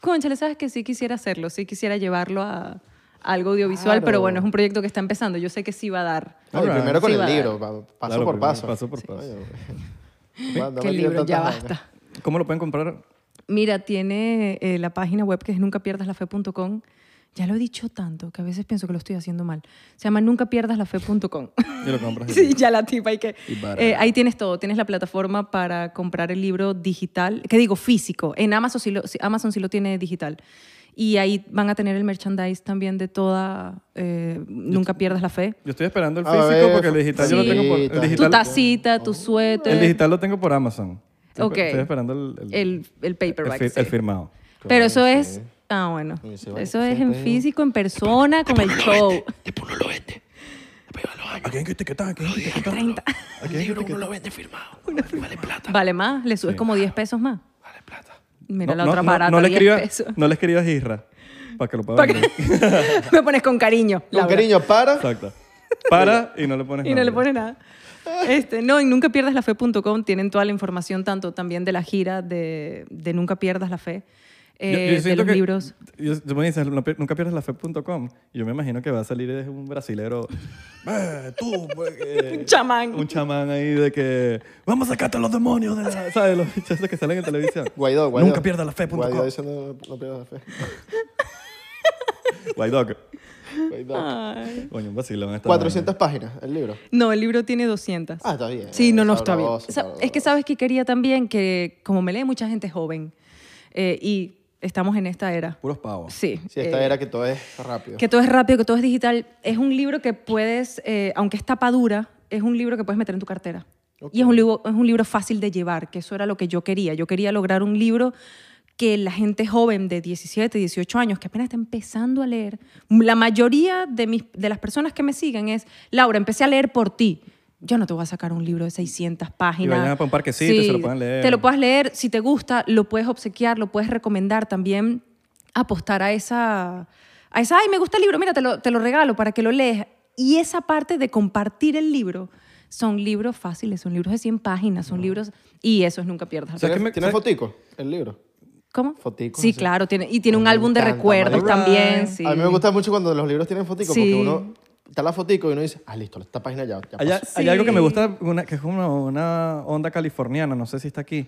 C: Conchale, sabes que sí quisiera hacerlo, sí quisiera llevarlo a algo audiovisual,
B: Claro.
C: pero bueno, es un proyecto que está empezando. Yo sé que sí va a dar.
B: No, y primero con
C: Sí,
B: el
C: va a dar.
B: libro, pa- paso por paso.
A: Paso por paso. [LAUGHS]
B: Cuando
C: que
B: me
C: el
B: digan
C: libro ya
B: tantas vainas.
C: basta.
A: ¿Cómo lo pueden comprar?
C: Mira, tiene eh, la página web que es nuncapierdaslafe.com. Ya lo he dicho tanto que a veces pienso que lo estoy haciendo mal. Se
A: [LAUGHS]
C: llama nuncapierdaslafe.com.
A: Y lo
C: [LAUGHS]
A: compras.
C: Sí, ya la tipa hay que...
A: Y barato.
C: Eh, ahí tienes todo. Tienes la plataforma para comprar el libro digital, que digo físico. En Amazon sí lo, sí- Amazon sí lo tiene digital. Y ahí van a tener el merchandise también de toda... eh, Nunca pierdas la fe.
A: Yo estoy esperando el
B: A
A: físico
B: ver,
A: porque el digital yo lo
C: Sí.
A: tengo por el
B: Tu
C: Tu
A: digital,
C: tacita,
D: Oh.
C: tu
A: el
C: suéter,
A: digital lo tengo por Amazon. Estoy-
C: Ok.
A: Estoy esperando el,
C: el, el
A: el
C: paperback.
A: fir-
C: sí.
A: el firmado.
C: Pero eso
B: Claro,
C: es.
B: sí.
C: Ah, bueno.
B: Sí, sí, vale.
C: Eso es
B: Sí,
C: en
B: pero-
C: físico, en persona, con el show.
D: Después no lo vende. Después va a los años.
A: ¿A quién que te quetas? ¿A quién que te quetas?
C: 30.
D: El libro uno lo vende firmado. Vale plata.
C: Vale más, le subes como 10 pesos más.
D: Vale plata.
C: Mira
A: No,
C: la
A: no,
C: otra
A: no,
C: barata,
A: no le
C: 10
A: escribas-
C: pesos.
A: No le escribas Isra para que lo pueda
C: Pa' que-
A: vender.
C: [LAUGHS] Me pones con cariño.
B: Con
C: Laura.
B: cariño, para.
A: Exacto. Para y no le pones
C: Y no le
A: nombre.
C: pones nada. Este, no, y nunca pierdas la fe.com tienen toda la información, tanto también de la gira de, de Nunca Pierdas la Fe,
A: Yo-
C: eh,
A: yo
C: de
A: siento
C: los
A: que-
C: libros.
A: Yo, tú me dices, "No pier- nunca pierdas la fe.com. Y yo me imagino que va a salir es un brasilero. "Eh, tú, pues, eh",
C: Un chamán.
A: Un chamán ahí de que. Vamos a sacarte los demonios de la. ¿Sabes? Los bichazos que salen en televisión.
B: Guaidó,
A: [LAUGHS]
B: Guaidó.
A: Nunca pierdas la fe.com.
B: Guaidó diciendo, no pierdas la fe.
A: White Dog. Ah.
C: Ay.
A: Coño, un vacilón. esta
B: 400 páginas el libro.
C: No, el libro tiene 200.
B: Ah, está bien.
C: Sí, no, no, está bien.
B: Sabroso,
C: Sa- Es que
B: sabroso.
C: sabes que quería también que, como me lee mucha gente joven, eh, y estamos en esta era.
A: vaina. Puros pavos.
C: Sí.
B: Sí, esta
C: eh,
B: era que todo es rápido.
C: Que todo es rápido, que todo es digital. Es un libro que puedes, eh, aunque es tapadura, es un libro que puedes meter en tu cartera.
B: Ok.
C: Y es un, libro, es un libro fácil de llevar, que eso era lo que yo quería. Yo quería lograr un libro que la gente joven de 17, 18 años, que apenas está empezando a leer, la mayoría de, mis, de las personas que me siguen es, Laura, empecé a leer por ti. Yo no te voy a sacar un libro de 600 páginas.
A: vayan para un parquecito y se lo puedan leer.
C: Te lo puedas leer, si te gusta, lo puedes obsequiar, lo puedes recomendar también, apostar a esa, a esa, ay, me gusta el libro, mira, te lo, te lo regalo para que lo leas. Y esa parte de compartir el libro, son libros fáciles, son libros de 100 páginas, son libros, y esos nunca pierdas.
A: ¿Sabes
B: ¿Tiene,
A: qué me-
B: ¿tiene
A: sabes-
B: fotico el libro?
C: ¿cómo?
B: Foticos,
C: sí,
B: así.
C: claro, tiene, y tiene un
B: Me
C: álbum de
B: encanta,
C: recuerdos
B: marico.
C: también.
A: Alright.
C: sí.
B: A mí me gusta mucho cuando los libros tienen fotico,
C: Sí.
B: porque uno está la fotico y uno dice, ah, listo, esta página ya, ya
A: Hay,
B: pasó.
A: hay algo que me
C: Sí.
A: gusta, una- que es una, una onda californiana, no sé si está aquí,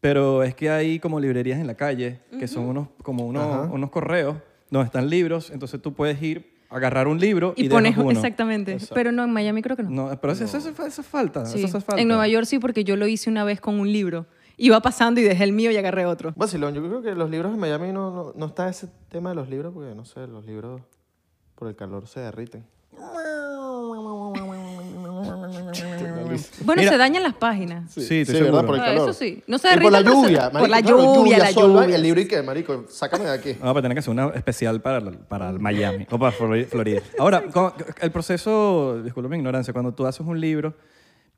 A: pero es que hay como librerías en la calle, que son unos, como unos, unos correos donde están libros, entonces tú puedes ir, agarrar un libro y,
C: Y pones,
A: dejas uno.
C: exactamente, pero no, en Miami creo que no.
A: No, pero eso, eso, eso- eso es falta,
C: Sí.
A: eso hace falta.
C: En Nueva York sí, porque yo lo hice una vez con un libro. Iba pasando y dejé el mío y agarré otro.
B: Vacilón, yo creo que los libros en Miami no, no, no está ese tema de los libros, porque no sé, los libros por el calor se derriten.
C: Bueno,
A: Mira-
C: se dañan las páginas.
A: Sí, estoy
B: ¿verdad?
A: seguro.
B: Por el
C: Ah,
B: calor.
C: eso sí. No se
B: Y por la
C: derriten, pero se-
B: lluvia,
C: por
B: marico,
C: la
B: claro,
C: lluvia, la
B: sol, ¿vale?
C: lluvia.
B: El libro y qué, marico, sácame de aquí.
A: Vamos a tener que hacer una especial para, el- para el Miami o para Flor- Florida.
C: [LAUGHS]
A: Ahora, con- el proceso, disculpa mi ignorancia, cuando tú haces un libro,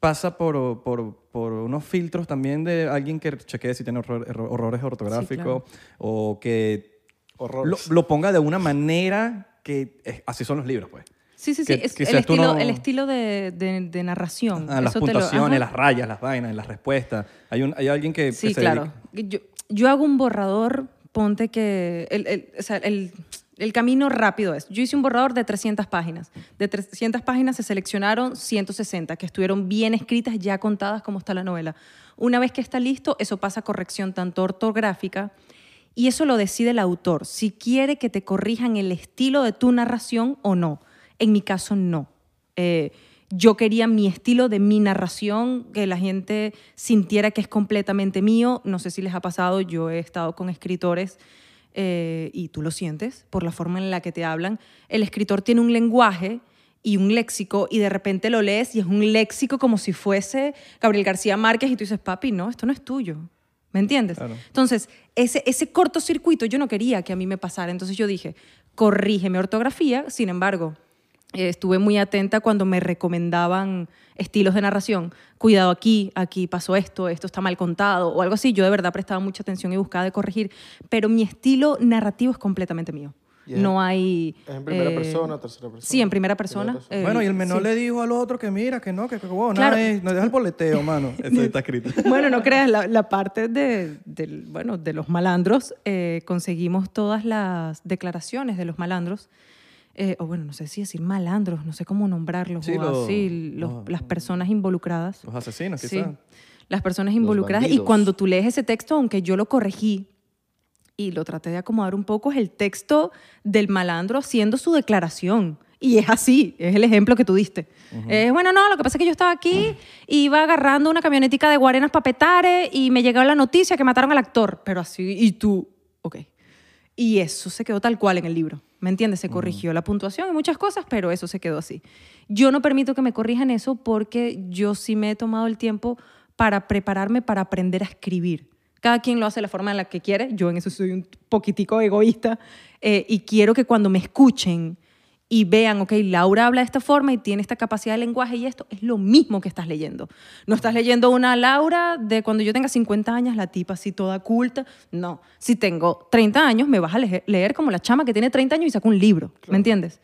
A: pasa por, por, por unos filtros también de alguien que chequee si tiene horror- erro- horrores ortográficos o que lo,
B: Horrores.
A: lo ponga de una manera que es- así son los libros, pues.
C: Sí, sí, sí.
A: Que
C: es
A: quizás
C: el,
A: tú
C: estilo,
A: no-
C: el estilo de, de- de narración.
A: Ah, las
C: Eso te lo-
A: puntuaciones,
C: ajá.
A: las rayas, las vainas, las respuestas. Hay, un, hay alguien que...
C: Sí,
A: que se
C: claro.
A: dedica-
C: Yo, yo hago un borrador, ponte que... El, el- o sea, el- el camino rápido es, yo hice un borrador de 300 páginas. De 300 páginas se seleccionaron 160, que estuvieron bien escritas, ya contadas como está la novela. Una vez que está listo, eso pasa a corrección tanto ortográfica y eso lo decide el autor, si quiere que te corrijan el estilo de tu narración o no. En mi caso, no. Eh, yo quería mi estilo de mi narración, que la gente sintiera que es completamente mío. No sé si les ha pasado, yo he estado con escritores eh, y tú lo sientes por la forma en la que te hablan. El escritor tiene un lenguaje y un léxico y de repente lo lees y es un léxico como si fuese Gabriel García Márquez y tú dices, papi, no, esto no es tuyo. ¿Me entiendes?
A: Claro.
C: Entonces, ese, ese cortocircuito yo no quería que a mí me pasara. Entonces yo dije, corrígeme ortografía. Sin embargo, eh, estuve muy atenta cuando me recomendaban estilos de narración. Cuidado aquí, aquí pasó esto, esto está mal contado o algo así. Yo de verdad prestaba mucha atención y buscaba de corregir. Pero mi estilo narrativo es completamente mío.
B: Y es-
C: No hay...
B: ¿Es en primera
C: eh,
B: persona, tercera persona?
C: Sí, en primera persona.
B: Primera persona.
C: eh,
A: Bueno, y el menor
C: sí.
A: le dijo al otro que mira, que no, que, que huevón,
C: Claro.
A: nada, eh, no deja el boleteo,
C: [LAUGHS]
A: mano. Eso está escrito.
C: Bueno, no creas, la, la parte de, del- bueno, de los malandros, eh, conseguimos todas las declaraciones de los malandros, eh, o bueno, no sé si decir malandros, no sé cómo nombrarlos,
A: Sí,
C: o
A: lo- ah.
C: así, los-
A: los-
C: las personas involucradas.
A: Los asesinos,
C: Sí,
A: quizás.
C: las personas involucradas. Y
B: bandidos.
C: cuando tú lees ese texto, aunque yo lo corregí y lo traté de acomodar un poco, es el texto del malandro haciendo su declaración. Y es así, es el ejemplo que tú diste. Es, bueno, no, lo que pasa es que yo estaba aquí, iba agarrando una camionetica de Guarenas Papetare y me llegó la noticia que mataron al actor. Pero así, y tú, ok. Y eso se quedó tal cual en el libro. ¿Me entiendes? Se corrigió la puntuación y muchas cosas, pero eso se quedó así. Yo no permito que me corrijan eso porque yo sí me he tomado el tiempo para prepararme para aprender a escribir. Cada quien lo hace de la forma en la que quiere. Yo en eso soy un poquitico egoísta eh, y quiero que cuando me escuchen y vean, ok, Laura habla de esta forma y tiene esta capacidad de lenguaje y esto es lo mismo que estás leyendo. No estás leyendo una Laura de cuando yo tenga 50 años, la tipa así toda culta. No, si tengo 30 años me vas a leer, leer como la chama que tiene 30 años y saca un libro, ¿me entiendes?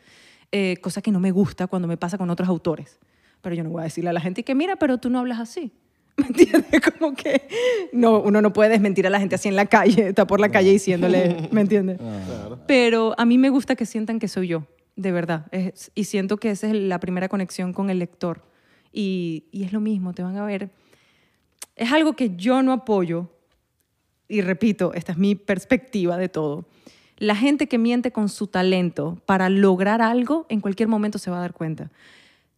C: Eh, cosa que no me gusta cuando me pasa con otros autores. Pero yo no voy a decirle a la gente que mira, pero tú no hablas así. [LAUGHS] ¿Me entiendes? Como que no, uno no puede desmentir a la gente así en la calle, está por la calle diciéndole, ¿me entiendes?
A: Ah.
C: Pero a mí me gusta que sientan que soy yo, de verdad. Es- y siento que esa es la primera conexión con el lector. Y, y es lo mismo, te van a ver. Es algo que yo no apoyo, y repito, esta es mi perspectiva de todo. La gente que miente con su talento para lograr algo, en cualquier momento se va a dar cuenta.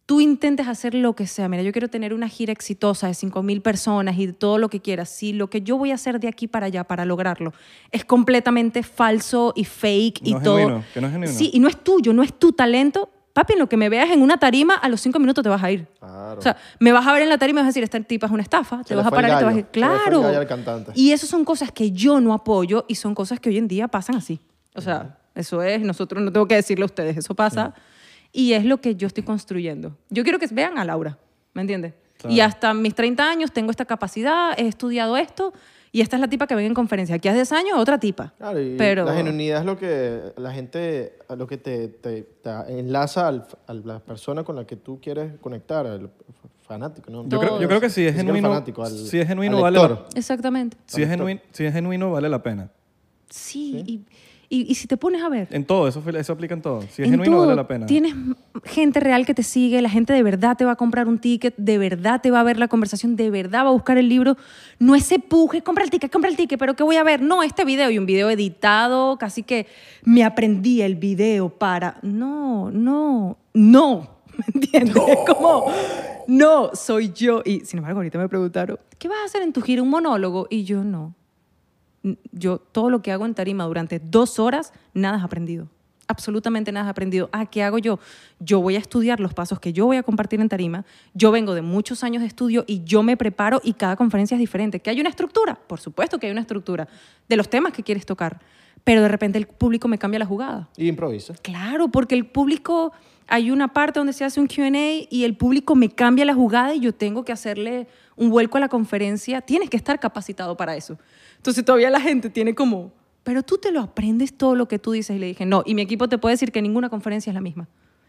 C: Tú intentes hacer lo que sea. Mira, yo quiero tener una gira exitosa de 5.000 personas y todo lo que quieras. Si lo que yo voy a hacer de aquí para allá para lograrlo es completamente falso y fake y
A: No es
C: todo.
A: genuino, que no es genuino.
C: Sí, y no es tuyo, no es tu talento. Papi, en lo que me veas en una tarima, a los cinco minutos te vas a ir.
B: Claro.
C: Eh, O sea, me vas a ver en la tarima y me vas a decir, esta tipa es una estafa.
B: Se
C: te
B: le
C: vas a
B: fue el
C: parar y te vas a ir.
B: gallo, se le fue el
C: Claro.
B: gallo al cantante.
C: Y esas son cosas que yo no apoyo y son cosas que hoy en día pasan así. O sea, eso es, nosotros no tengo que decirle a ustedes, eso pasa. Y es lo que yo estoy construyendo. Yo quiero que vean a Laura, ¿me entiendes? Y hasta mis 30 años tengo esta capacidad, he estudiado esto y esta es la tipa que ven en conferencia. Aquí hace 10 años, otra tipa.
B: Claro, y
C: Pero
B: la genuinidad es lo que la gente, a lo que te, te- te enlaza al, a la persona con la que tú quieres conectar, al fanático, ¿no?
A: Yo creo, yo
C: Todos.
A: creo que si
B: Ni
A: es
B: siquiera
A: genuino,
B: fanático, al-
A: si es
B: al
A: genuino vale,
B: lector.
A: la-
C: Exactamente.
A: si es genuino, si es genuino vale la pena.
C: Sí, Y, y- y si te pones a ver,
A: En todo, eso, eso aplica en todo. Si es
C: en
A: genuino
C: todo,
A: vale la pena.
C: Tienes gente real que te sigue, la gente de verdad te va a comprar un ticket, de verdad te va a ver la conversación, de verdad va a buscar el libro. No ese puje, compra el ticket, compra el ticket, pero ¿qué voy a ver? No, este video y un video editado, casi que me aprendí el video para. No, no, no. [LAUGHS] ¿Me entiendes? Como, no, soy yo. Y sin embargo, ahorita me preguntaron, ¿qué vas a hacer en tu gira? ¿Un monólogo? Y yo no. N- yo todo lo que hago en tarima durante dos horas, nada has aprendido. Absolutamente nada has aprendido. Ah, ¿qué hago yo? Yo voy a estudiar los pasos que yo voy a compartir en tarima. Yo vengo de muchos años de estudio y yo me preparo y cada conferencia es diferente. ¿Que hay una estructura? Por supuesto que hay una estructura de los temas que quieres tocar. Pero de repente el público me cambia la jugada.
B: Y improvisa.
C: Claro, porque el público, hay una parte donde se hace un QA y el público me cambia la jugada y yo tengo que hacerle un vuelco a la conferencia. Tienes que estar capacitado para eso. Entonces todavía la gente tiene como, pero tú te lo aprendes todo lo que tú dices. Y le dije, no, y mi equipo te puede decir que ninguna conferencia es la misma.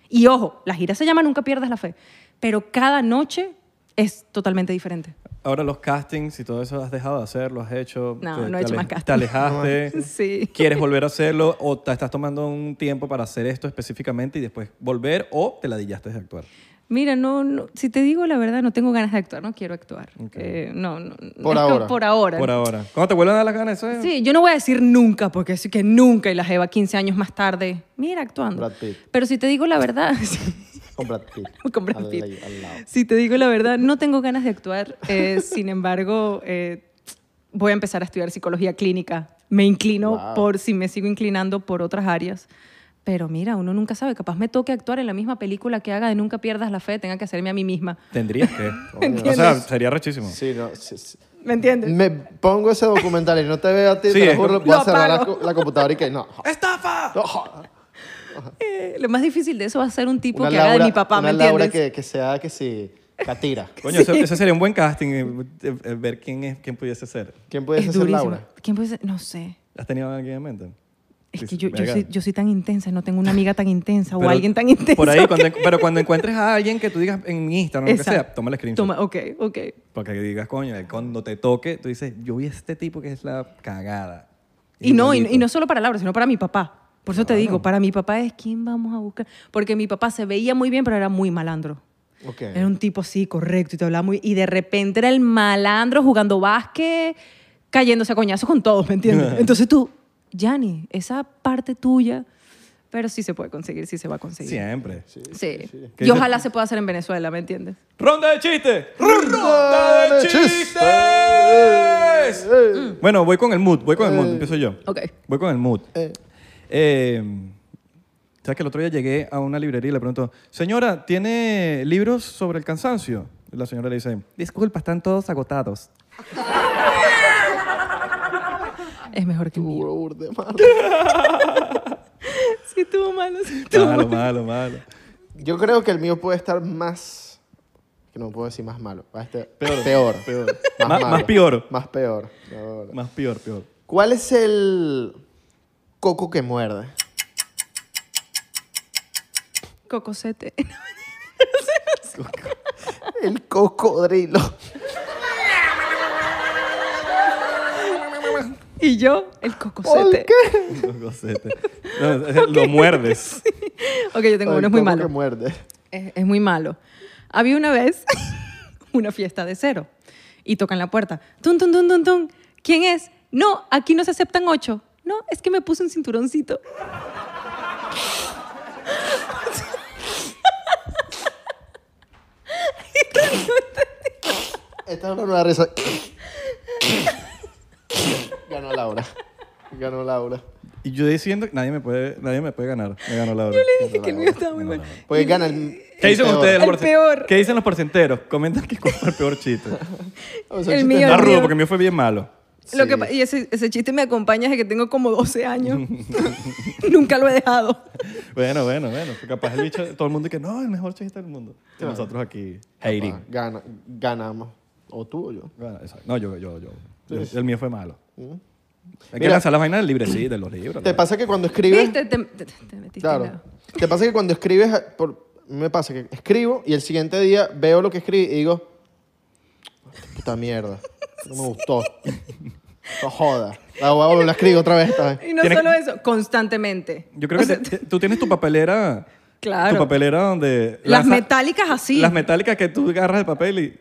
C: Y ojo, la gira se llama Nunca pierdas la fe, pero cada noche es totalmente diferente.
A: Ahora los castings y todo eso, ¿has dejado de hacerlo? ¿Has hecho?
C: No,
A: te-
C: no he
A: te
C: hecho
A: ale-
C: más casting.
A: ¿Te alejaste?
C: [LAUGHS] Sí.
A: ¿Quieres volver a hacerlo o te estás tomando un tiempo para hacer esto específicamente y después volver o te ladillaste de actuar?
C: Mira, no, no, si te digo la verdad, no tengo ganas de actuar, no quiero actuar. Eh, no, no,
B: Por
C: es que
B: ahora.
C: Por ahora.
A: Por ahora. ¿Cuándo te vuelven a dar las ganas? Eso es-
C: Sí, yo no voy a decir nunca, porque es que nunca y la lleva 15 años más tarde. Mira, actuando.
B: Brad Pitt.
C: Pero si te digo la verdad, [LAUGHS] sí,
B: Con Brad Pitt.
C: [LAUGHS] con Brad
B: al-
C: Pitt.
B: ahí, al lado.
C: si te digo la verdad, no tengo ganas de actuar.
B: [LAUGHS]
C: eh, sin embargo, eh, voy a empezar a estudiar psicología clínica. Me inclino
B: Wow.
C: por si me sigo inclinando por otras áreas. Pero mira, uno nunca sabe. Capaz me toque actuar en la misma película que haga de Nunca pierdas la fe, tenga que hacerme a mí misma.
A: Tendrías
C: [LAUGHS]
A: que. o sea,
C: ¿Entiendes?
A: sería rechísimo.
B: Sí, no, sí, sí.
C: ¿Me entiendes?
B: Me pongo ese documental y no te veo a ti,
A: Sí,
B: te lo
A: es
B: juro,
A: como-
B: voy a
C: Lo
B: cerrar la,
C: apago.
B: co- la computadora y que no.
A: ¡Estafa!
B: no, joder.
C: Eh, lo más difícil de eso va a ser un tipo
B: Una
C: que haga de
B: Laura-
C: mi papá,
B: una
C: ¿me entiendes?
B: Laura que, que sea, que si, catira.
A: Coño, eso- ese sería un buen casting, eh, eh, eh, ver quién, es, quién pudiese ser.
B: ¿Quién puede
C: es
B: ser
C: durísimo.
B: Laura?
C: ¿Quién puede ser? No sé.
A: ¿Has tenido a alguien en mente?
C: Es que
A: Dices,
C: yo, yo,
A: "Verga".
C: soy, yo soy tan intensa, no tengo una amiga tan intensa o
A: Pero
C: alguien tan intenso.
A: Por ahí,
C: que- [LAUGHS]
A: cuando en- pero cuando encuentres a alguien que tú digas en mi Instagram o lo que
C: Exacto.
A: sea, toma el screenshot.
C: Toma, ok, ok.
A: Porque digas, coño, cuando te toque, tú dices, yo vi a este tipo que es la cagada.
C: Y no, y,
A: Igualito.
C: y no solo para Laura, sino para mi papá. Por eso te digo, para mi papá es quién vamos a buscar. Porque mi papá se veía muy bien, pero era muy malandro.
B: Ok.
A: Eh.
C: Era un tipo así, correcto, y te hablaba muy... Y de repente era el malandro jugando básquet, cayéndose a coñazos con todos,
A: [LAUGHS]
C: ¿me entiendes? Entonces tú, Yanni, esa parte tuya, pero sí se puede conseguir, sí se va a conseguir.
A: Siempre.
C: Sí.
A: ¿Qué
C: Y
A: dice-
C: ojalá se pueda hacer en Venezuela, ¿me entiendes?
A: ¡Ronda de chistes! ¡Ronda de chistes! Eh. Bueno, voy con el mood, voy con el mood, empiezo yo.
C: Ok.
A: Voy con el mood.
B: Eh.
A: Eh, ¿Sabes que el otro día llegué a una librería y le pregunto, señora, ¿tiene libros sobre el cansancio? Y la señora le dice, disculpa, están todos agotados.
C: Es mejor que el mío.
B: Burda, madre.
C: Sí, estuvo malo. sí, estuvo
A: Malo,
C: malo.
A: malo, malo.
B: Yo creo que el mío puede estar más. Que no puedo decir más malo. Va a estar peor. Peor. Más,
A: Más-
B: malo.
A: más peor.
B: Más peor. peor.
A: Más peor, [LAUGHS] peor.
B: ¿Cuál es el coco que muerde?
C: Cocosete. [LAUGHS]
B: El cocodrilo.
C: Y yo, el
B: ¿Por
C: cocosete.
B: qué?
A: Los gocetes. No, es- lo [LAUGHS] muerdes.
C: Ok, yo tengo
B: El
C: uno, es muy
B: coco
C: malo.
B: que muerde.
C: Es, es muy malo. Había una vez [LAUGHS] una fiesta de cero y tocan la puerta. Tun, tun, tun, tun, tun. ¿Quién es? No, aquí no se aceptan ocho. No, es que me puse un cinturoncito.
B: Esta es una nueva risa. Ganó Laura. Ganó Laura.
A: Y yo diciendo que nadie me puede, nadie me puede ganar. Me ganó Laura.
C: Le [LAUGHS] dije que el mío estaba muy mal.
B: Porque gana el.
A: ¿Qué dicen
B: el peor.
A: ustedes?
C: El
A: porce-
C: peor.
A: ¿Qué dicen los porcenteros? Comenten que cuál fue el peor chiste.
B: O sea,
C: El
B: chiste-
C: mío.
A: Está
C: el
A: rudo
C: mío.
A: porque el mío fue bien malo.
C: Lo que
B: Sí.
C: pa- y ese, ese chiste me acompaña desde que tengo como
B: [LAUGHS]
C: 12 años. [LAUGHS] Nunca lo he dejado.
A: Bueno, bueno, bueno. Capaz el bicho, todo el mundo que no, el mejor chiste del mundo. Y nosotros aquí hating.
B: Ah, Gana, ganamos. O tú o yo.
A: Bueno, exacto. No, yo, yo, yo. Yo-
B: Sí.
A: El mío fue malo. Hay que
B: Mira.
A: lanzar las vainas del libre, sí, de los libros.
B: ¿Te
A: ¿no?
B: pasa que cuando escribes.
C: ¿Viste? Te, te- te metiste en
B: Claro.
C: la-
B: ¿Te pasa que cuando escribes. a- Por, a mí me pasa que escribo y el siguiente día veo lo que escribí y digo. Puta mierda. No me gustó. No joda. La voy a volver a escribir otra vez esta vez.
C: Y no
A: Tienes-
C: solo eso, constantemente.
A: Yo creo que
C: O sea, [LAUGHS]
A: te- tú tienes tu papelera.
C: Claro.
A: Tu papelera donde.
C: Las
A: lanza-
C: metálicas así.
A: Las metálicas que tú agarras el papel y.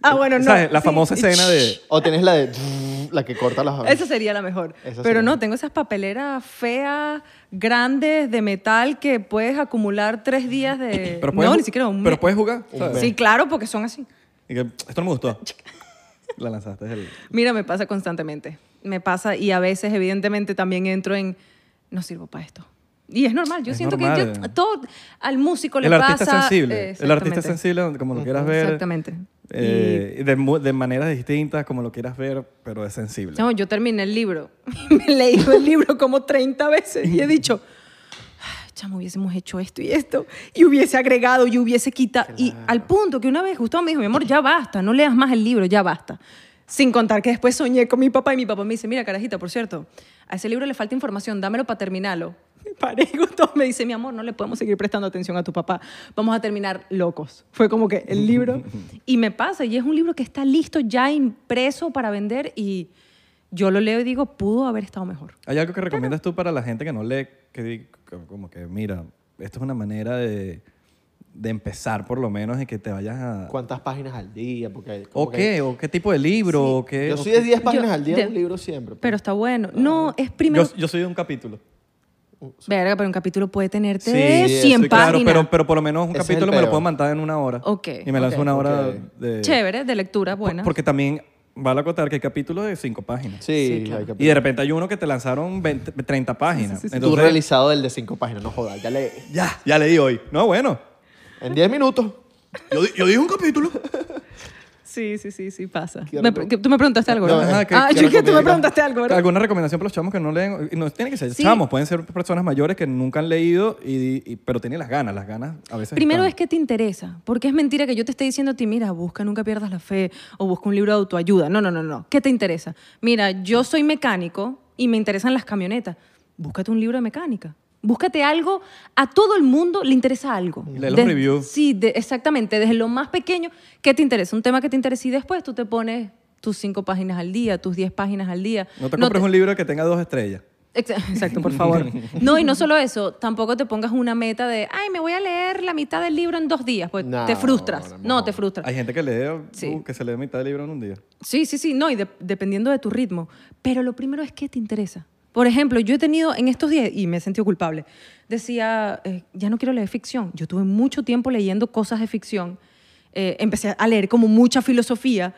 C: Ah, bueno, no,
A: ¿Sabes? La
C: sí.
A: famosa escena de.
B: O tienes la de. La que corta las
C: Esa sería la mejor.
B: Esa
C: Pero
B: sería.
C: no, tengo esas papeleras feas, grandes, de metal, que puedes acumular tres días de...
A: [CLEARS THROAT] Pero puedes
C: eh, no,
A: ju-
C: ni siquiera un
A: Pero
C: mes.
A: puedes jugar. ¿sabes?
C: Sí, claro, porque son así.
A: Y que, esto no me gustó. [LAUGHS] La lanzaste. es el-
C: Mira, me pasa constantemente. Me pasa y a veces, evidentemente, también entro en, no sirvo para esto. Y es normal, yo
A: Es
C: siento
A: normal.
C: que yo- todo al músico le
A: El
C: pasa...
A: artista sensible.
C: Eh,
A: El artista
C: exactamente.
A: sensible, donde como lo quieras ver.
C: Exactamente.
A: eh, de, mu- de maneras distintas, como lo quieras ver, pero es sensible.
C: No, yo terminé el libro. [LAUGHS] Me he leído el libro como 30 veces y he dicho, "Ay, chamo, hubiésemos hecho esto y esto, y hubiese agregado y hubiese quitado. Y al punto que una vez Gustavo me dijo, mi amor, ya basta, no leas más el libro, ya basta. Sin contar que después soñé con mi papá y mi papá me dice, mira, carajita, por cierto, a ese libro le falta información, dámelo para terminarlo. [LAUGHS] Me paré y Gustavo me dice, mi amor, no le podemos seguir prestando atención a tu papá, vamos a terminar locos. Fue como que el libro. Y me pasa, y es un libro que está listo, ya impreso para vender, y yo lo leo y digo, pudo haber estado mejor.
A: ¿Hay algo que recomiendas tú para la gente que no lee? Que di- co- como que, mira, esto es una manera de, de empezar por lo menos y que te vayas a...
B: ¿Cuántas páginas al día? Porque hay- como
A: ¿O
B: que-
A: qué? ¿O qué tipo de libro? ¿O qué?
B: Yo
A: o
B: soy
A: qué-
B: de 10 páginas
C: Yo-
B: al día
C: de-
B: un libro siempre. pues.
C: Pero está bueno. No, es primero.
A: yo, yo soy de un capítulo.
C: Verga, pero un capítulo puede tenerte
A: sí,
C: 100
A: sí,
C: páginas.
A: Claro, pero, pero por lo menos un
B: Ese es el
A: capítulo me lo
B: peor.
A: puedo mandar en una hora.
C: Ok,
A: Y me lanzo
C: ok.
A: una hora
B: Ok.
A: de...
C: Chévere, de lectura,
A: eh, Por-
C: buena.
A: Porque también vale acotar que hay capítulos de 5 páginas.
B: Sí,
C: Sí, claro.
B: hay que-
A: Y de repente hay uno que te lanzaron 20 30 páginas.
B: Tú
A: Entonces,
B: realizado el de 5 páginas, no jodas, ya le...
A: ya, ya leí hoy. No, bueno.
B: En 10 minutos.
A: Yo, di- yo dije un capítulo.
C: Sí, sí, sí, sí, pasa.
B: Quiero-
C: Me pre- que- tú me preguntaste algo,
A: No,
C: ¿verdad?
A: ajá, que-
C: ah,
A: que
C: yo que tú me
A: recomiendas.
C: preguntaste algo, ¿verdad?
A: ¿Alguna recomendación para los chamos que no leen? Y No tiene que ser
C: Sí.
A: chamos, pueden ser personas mayores que nunca han leído, y, y- pero tienen las ganas, las ganas a veces.
C: Primero
A: están.
C: es que te interesa, porque es mentira que yo te esté diciendo a ti, mira, busca, nunca pierdas la fe, o busca un libro de autoayuda. No, no, no, no. ¿Qué te interesa? Mira, yo soy mecánico y me interesan las camionetas. Búscate un libro de mecánica. Búscate algo, a todo el mundo le interesa algo.
A: Y lee los
C: Des-
A: reviews.
C: Sí, de- exactamente, desde lo más pequeño, ¿qué te interesa? Un tema que te interesa y después tú te pones tus cinco páginas al día, tus diez páginas al día.
A: No te compres un libro que tenga dos estrellas.
C: [LAUGHS] Ex- Exacto, por favor. No, y no solo eso, tampoco te pongas una meta de, ay, me voy a leer la mitad del libro en dos días, pues
B: No,
C: te frustras.
B: no,
C: No, te frustras.
A: Hay gente que lee,
C: Sí.
A: uh, que se lee mitad del libro en un día.
C: Sí, sí, sí, no, y de- dependiendo de tu ritmo. Pero lo primero es que te interesa. Por ejemplo, yo he tenido en estos días, y me he sentido culpable, decía, eh, ya no quiero leer ficción. Yo tuve mucho tiempo leyendo cosas de ficción. Eh, empecé a leer como mucha filosofía.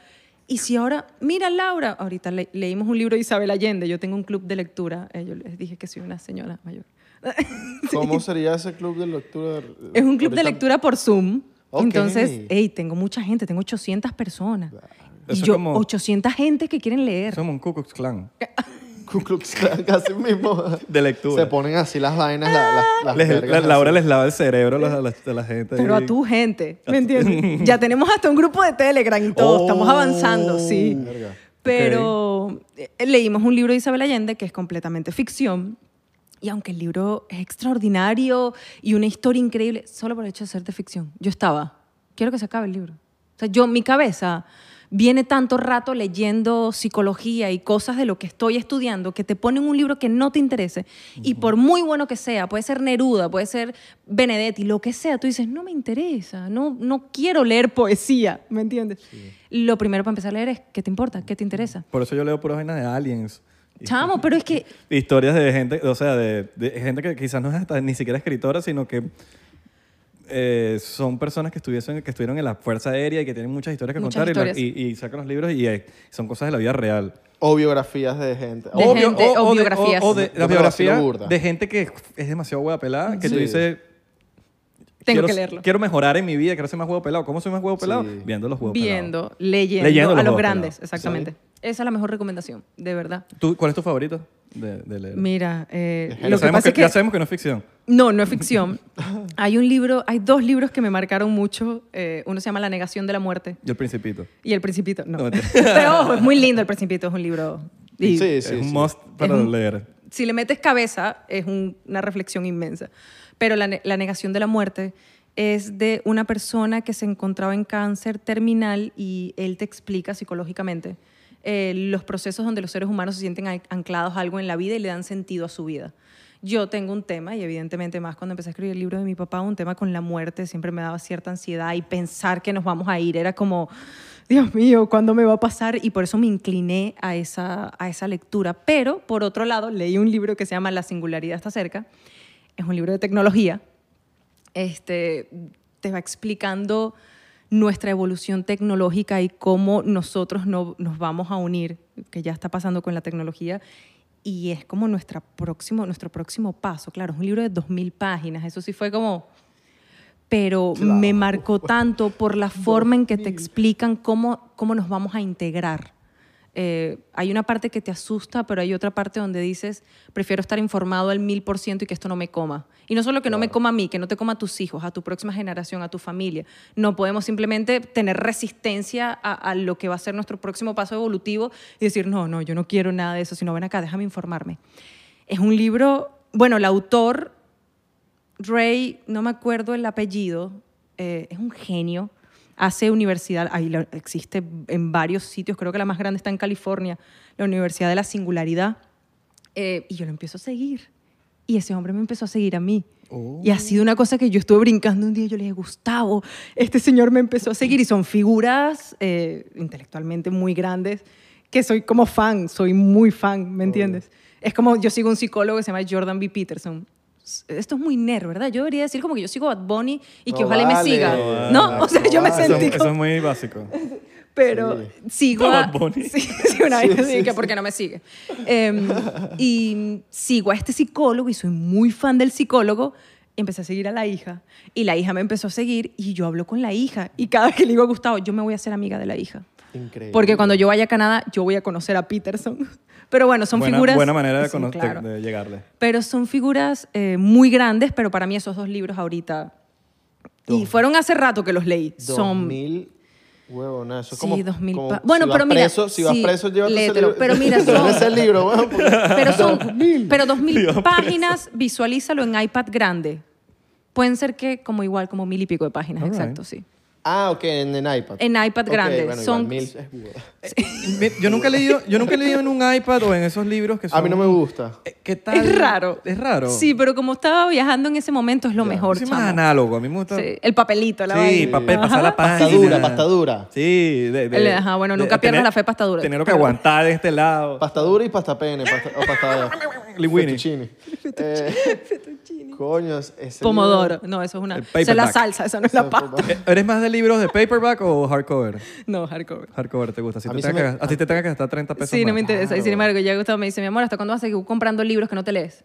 C: Y si ahora, mira Laura, ahorita le- leímos un libro de Isabel Allende, yo tengo un club de lectura, Eh, yo les dije que soy una señora mayor.
B: [LAUGHS]
C: [LAUGHS]
B: ¿Cómo sería ese club de lectura?
C: Es un club de
B: Ahorita- [LAUGHS]
C: lectura por Zoom.
B: Ok.
C: Entonces, hey, tengo mucha gente, tengo 800 personas. Y
A: Eso es
C: yo,
A: como-
C: 800 gente que quieren leer.
A: Somos un Ku Klux Klan
B: Ku Klux Klan, casi mismo.
A: de
B: Se
A: lectura.
B: ponen así las vainas, la- la- las
A: Les-
B: vergas
A: la-
B: así.
A: Laura les lava el cerebro a la, a la- a la gente.
C: Pero
A: ahí.
C: a tu gente, ¿me entiendes? ya tenemos hasta un grupo de Telegram y todo,
A: Oh,
C: estamos avanzando, sí.
B: verga.
C: Pero eh, leímos un libro de Isabel Allende que es completamente ficción. Y aunque el libro es extraordinario y una historia increíble, solo por el hecho de ser de ficción, yo estaba, quiero que se acabe el libro. O sea, yo, mi cabeza viene tanto rato leyendo psicología y cosas de lo que estoy estudiando que te ponen un libro que no te interese y por muy bueno que sea, puede ser Neruda, puede ser Benedetti, lo que sea, tú dices, no me interesa, no, no quiero leer poesía, ¿me entiendes? Lo primero para empezar a leer es, ¿qué te importa? ¿Qué te interesa?
A: Por eso yo leo puras vainas de aliens.
C: Chamo, pero es que
A: Historias de gente, o sea, de, de gente que quizás no es hasta ni siquiera escritora, sino que eh, son personas que, estuviesen, que estuvieron en la Fuerza Aérea y que tienen muchas historias que
C: Muchas
A: contar y la-
C: historias.
A: y, y sacan los libros y eh, son cosas de la vida real.
B: O biografías de gente.
C: De
B: O-
A: bio-
C: gente, o
A: de-
C: biografías.
A: o de-
B: Yo
A: la
B: creo que ha
A: biografía
B: sido burda.
A: de gente que es demasiado huevo pelada, que tú
B: Sí.
A: dices...
C: tengo
A: quiero,
C: que leerlo.
A: Quiero mejorar en mi vida, quiero ser más huevo pelado. ¿Cómo soy más huevo pelado?
B: Sí.
A: Viendo los huevos pelados.
C: Viendo, leyendo,
A: Leyendo
C: a
A: los
C: los
A: juegos,
C: grandes,
A: claro.
C: exactamente. Esa es la mejor recomendación, de verdad.
A: ¿Tú, ¿Cuál es tu favorito de, de leer?
C: Mira, eh,
A: Ya
C: lo que
A: sabemos
C: pasa es que
A: ya sabemos que no es ficción.
C: No, no es ficción. Hay un libro, hay dos libros que me marcaron mucho. Eh, uno se llama La negación de la muerte
A: Y El Principito.
C: y El Principito. No.
A: No, mentira.
C: Pero ojo, es muy lindo El Principito, es un libro. y
B: Sí,
A: es
B: sí,
A: un
B: sí.
A: must para
C: un-
A: leer.
C: Si le metes cabeza, es un- una reflexión inmensa. Pero la, ne- la negación de la muerte es de una persona que se encontraba en cáncer terminal y él te explica psicológicamente eh, los procesos donde los seres humanos se sienten an- anclados a algo en la vida y le dan sentido a su vida. Yo tengo un tema, y evidentemente más cuando empecé a escribir el libro de mi papá, un tema con la muerte, siempre me daba cierta ansiedad y pensar que nos vamos a ir era como, Dios mío, ¿cuándo me va a pasar? Y por eso me incliné a esa, a esa lectura. Pero, por otro lado, leí un libro que se llama La singularidad está cerca. Es un libro de tecnología. Este, te va explicando nuestra evolución tecnológica y cómo nosotros no, nos vamos a unir, que ya está pasando con la tecnología. Y es como nuestra próximo, nuestro próximo paso. Claro, es un libro de 2.000 páginas. Eso sí fue como pero me
B: Claro.
C: marcó tanto por la forma en que te explican cómo, cómo nos vamos a integrar. Eh, hay una parte que te asusta, pero hay otra parte donde dices, prefiero estar informado al mil por ciento y que esto no me coma. Y no solo que no me coma a mí, que no te coma a tus hijos, a tu próxima generación, a tu familia. No podemos simplemente tener resistencia a, a lo que va a ser nuestro próximo paso evolutivo y decir, no, no, yo no quiero nada de eso, sino ven acá, déjame informarme. Es un libro, bueno, el autor Ray, no me acuerdo el apellido, eh, es un genio. Hace universidad, ahí la- existe en varios sitios, creo que la más grande está en California, la Universidad de la Singularidad. Eh, y yo lo empiezo a seguir. Y ese hombre me empezó a seguir a mí. Y ha sido una cosa que yo estuve brincando un día y yo le dije, Gustavo, este señor me empezó a seguir. Y son figuras eh, intelectualmente muy grandes que soy como fan, soy muy fan, ¿me entiendes? Es como yo sigo un psicólogo que se llama Jordan B. Peterson. S- Esto es muy nerd, ¿verdad? Yo debería decir como que yo sigo a Bad Bunny y que
B: No
C: ojalá
B: vale,
C: me siga.
B: no
C: No,
B: vale,
C: o sea,
B: no
C: yo me
B: vale.
A: Eso,
C: sentí
A: Ah, eso
C: como-
A: es muy básico.
C: pero sigo
A: A
C: a,
A: Bad Bunny.
C: [LAUGHS] Sí, sí, una vez así, que porque no me sigue Em, y sigo a este psicólogo y soy muy fan del psicólogo empecé a seguir a la hija y la hija me empezó a seguir y yo hablo con la hija y cada vez que le digo a Gustavo yo me voy a hacer amiga de la hija
B: Increíble.
C: porque cuando yo vaya a Canadá yo voy a conocer a Peterson [LAUGHS] pero bueno son
A: buena,
C: figuras
A: buena manera de,
C: Sí,
A: conocer-
C: claro.
A: de llegarle.
C: pero son figuras eh, muy grandes pero para mí esos dos libros ahorita y
B: Dos.
C: fueron hace rato que los leí
B: Son
C: son
B: mil huevona, eso es
C: Sí,
B: como,
C: 2000
B: como
C: pa- bueno,
B: si
C: pero
B: vas
C: mira,
B: preso, si vas
C: sí,
B: preso llévate ese
C: léetelo,
B: libro. [LAUGHS]
C: pero mira,
B: Llévate
C: son-
B: ese libro, pues. huevón,
C: [LAUGHS]
B: porque-
A: [LAUGHS]
C: Pero son,
B: 2000.
C: pero 2000 páginas, visualízalo en iPad grande. Pueden ser que como igual, como mil y pico de páginas,
A: All right.
C: exacto, sí.
B: Ah, ok, en, en iPad.
C: En iPad
B: Ok,
C: grande,
B: bueno, igual,
C: son-
B: mil es burda.
A: Mi- Yo nunca he leído, yo nunca he leído en un iPad o en esos libros que son...
B: A mí no me gusta.
A: Eh, ¿Qué tal?
C: Es raro.
A: Es raro.
C: Sí, pero como estaba viajando en ese momento es lo mejor,
A: Yo soy más
C: chamo.
A: análogo. A mí me gusta...
C: Sí, el papelito, la
A: Sí,
C: vaina.
A: papel, pasar la página.
B: Pasta dura, pasta dura.
A: Sí, de, de-
C: El- ajá, bueno, nunca pierdas
A: tener-
C: la fe, pasta dura.
A: Tenerlo que aguantar de este lado.
B: Pasta dura y pasta pene. Pasta, o pasta
A: Linguini.
B: fettuccine. Eh, Coño, ese
C: Pomodoro.
B: libro-
C: No, eso es una...
A: El
C: Esa es la
A: paperback.
C: salsa, esa no es la
B: Esa es
C: pasta.
A: Eh, ¿Eres más de libros de paperback o hardcover?
C: No, hardcore.
A: Hardcover te gusta. Si
B: A
A: te
B: mí
A: tenga
B: se
A: que
B: me-
A: gastar- a ti te tenga que gastar 30 pesos
C: Sí, no
A: más.
C: me interesa. Y sin embargo, ya Gustavo me dice, mi amor, ¿hasta cuándo vas a seguir comprando libros que no te lees?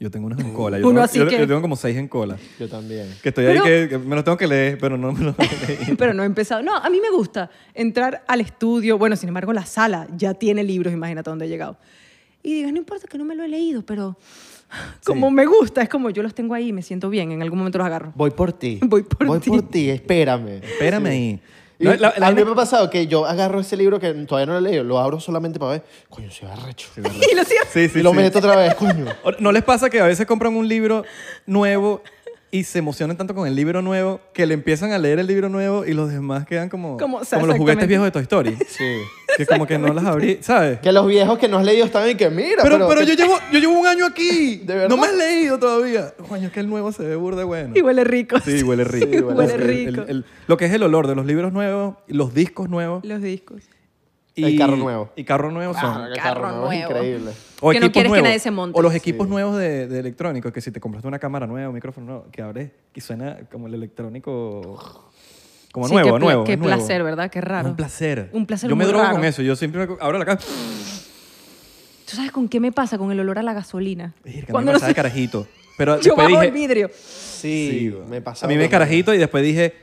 A: Yo tengo unas en cola. Yo,
C: Uno
A: tengo,
C: así
A: yo-
C: que-
A: yo tengo como seis en cola.
B: Yo también.
A: Que estoy ahí
C: Pero-
A: que, que me los tengo que leer, pero no me los [LAUGHS] leí.
C: [LAUGHS] pero no he empezado. No, a mí me gusta entrar al estudio. Bueno, sin embargo, la sala ya tiene libros, imagínate dónde he llegado. Y digas, no importa que no me lo he leído, pero [LAUGHS] como
A: Sí.
C: me gusta, es como yo los tengo ahí, me siento bien, en algún momento los agarro.
B: Voy por ti.
C: Voy por ti.
B: Voy por ti, espérame.
A: Espérame ahí.
B: Y
A: No, la- la-
B: a mí me ha pasado que yo agarro ese libro que todavía no lo he leído, lo abro solamente para ver, coño, se va recho.
C: y lo siento.
A: [LAUGHS] Sí, sí,
B: y lo
A: sí.
B: meto otra vez, coño.
A: O- ¿No les pasa que a veces compran un libro nuevo y se emocionan tanto con el libro nuevo que le empiezan a leer el libro nuevo y los demás quedan como,
C: Como- o sea,
A: como los
C: exactamente.
A: juguetes viejos de Toy Story?
C: [LAUGHS]
B: Sí.
A: Que como que no las abrí, ¿sabes?
B: Que los viejos que no has leído están y que mira.
A: Pero, pero
B: que-
A: yo, llevo, yo llevo un año aquí.
B: [LAUGHS] ¿De verdad?
A: No me has leído todavía. Coño, es que el nuevo se ve burda bueno.
C: [LAUGHS] Y huele rico.
A: Sí, huele rico.
C: [LAUGHS] Sí, huele
A: El- el-
C: rico.
A: el- lo que es el olor de los libros nuevos, los discos nuevos
C: Los discos.
B: El carro nuevo.
A: Y carro nuevo son.
B: Ah, el
C: Carro
B: es
C: nuevo.
B: increíble.
A: O
C: Que no
A: equipos
C: quieres que
A: nuevos,
C: nadie se monte.
A: O los equipos
B: Sí.
A: nuevos de, de electrónicos, que si te compraste una cámara nueva, un micrófono nuevo, que abres y suena como el electrónico. Como
C: Sí,
A: nuevo,
C: qué pla-
A: nuevo.
C: Qué
A: es nuevo.
C: placer, ¿verdad? Qué raro.
A: Un placer.
C: Un placer
A: Yo me
C: muy
A: drogo
C: raro.
A: con eso. Yo siempre me abro la caja.
C: ¿Tú sabes con qué me pasa? Con el olor a la gasolina.
A: Virga, a mí me
C: Cuando no
A: pasaba de
C: [LAUGHS] sé-
A: carajito. Pero
C: [LAUGHS] yo
A: después
C: bajo el
A: dije,
C: vidrio.
B: Sí,
A: Sí,
B: me pasó.
A: A mí me
B: también.
A: carajito y después dije,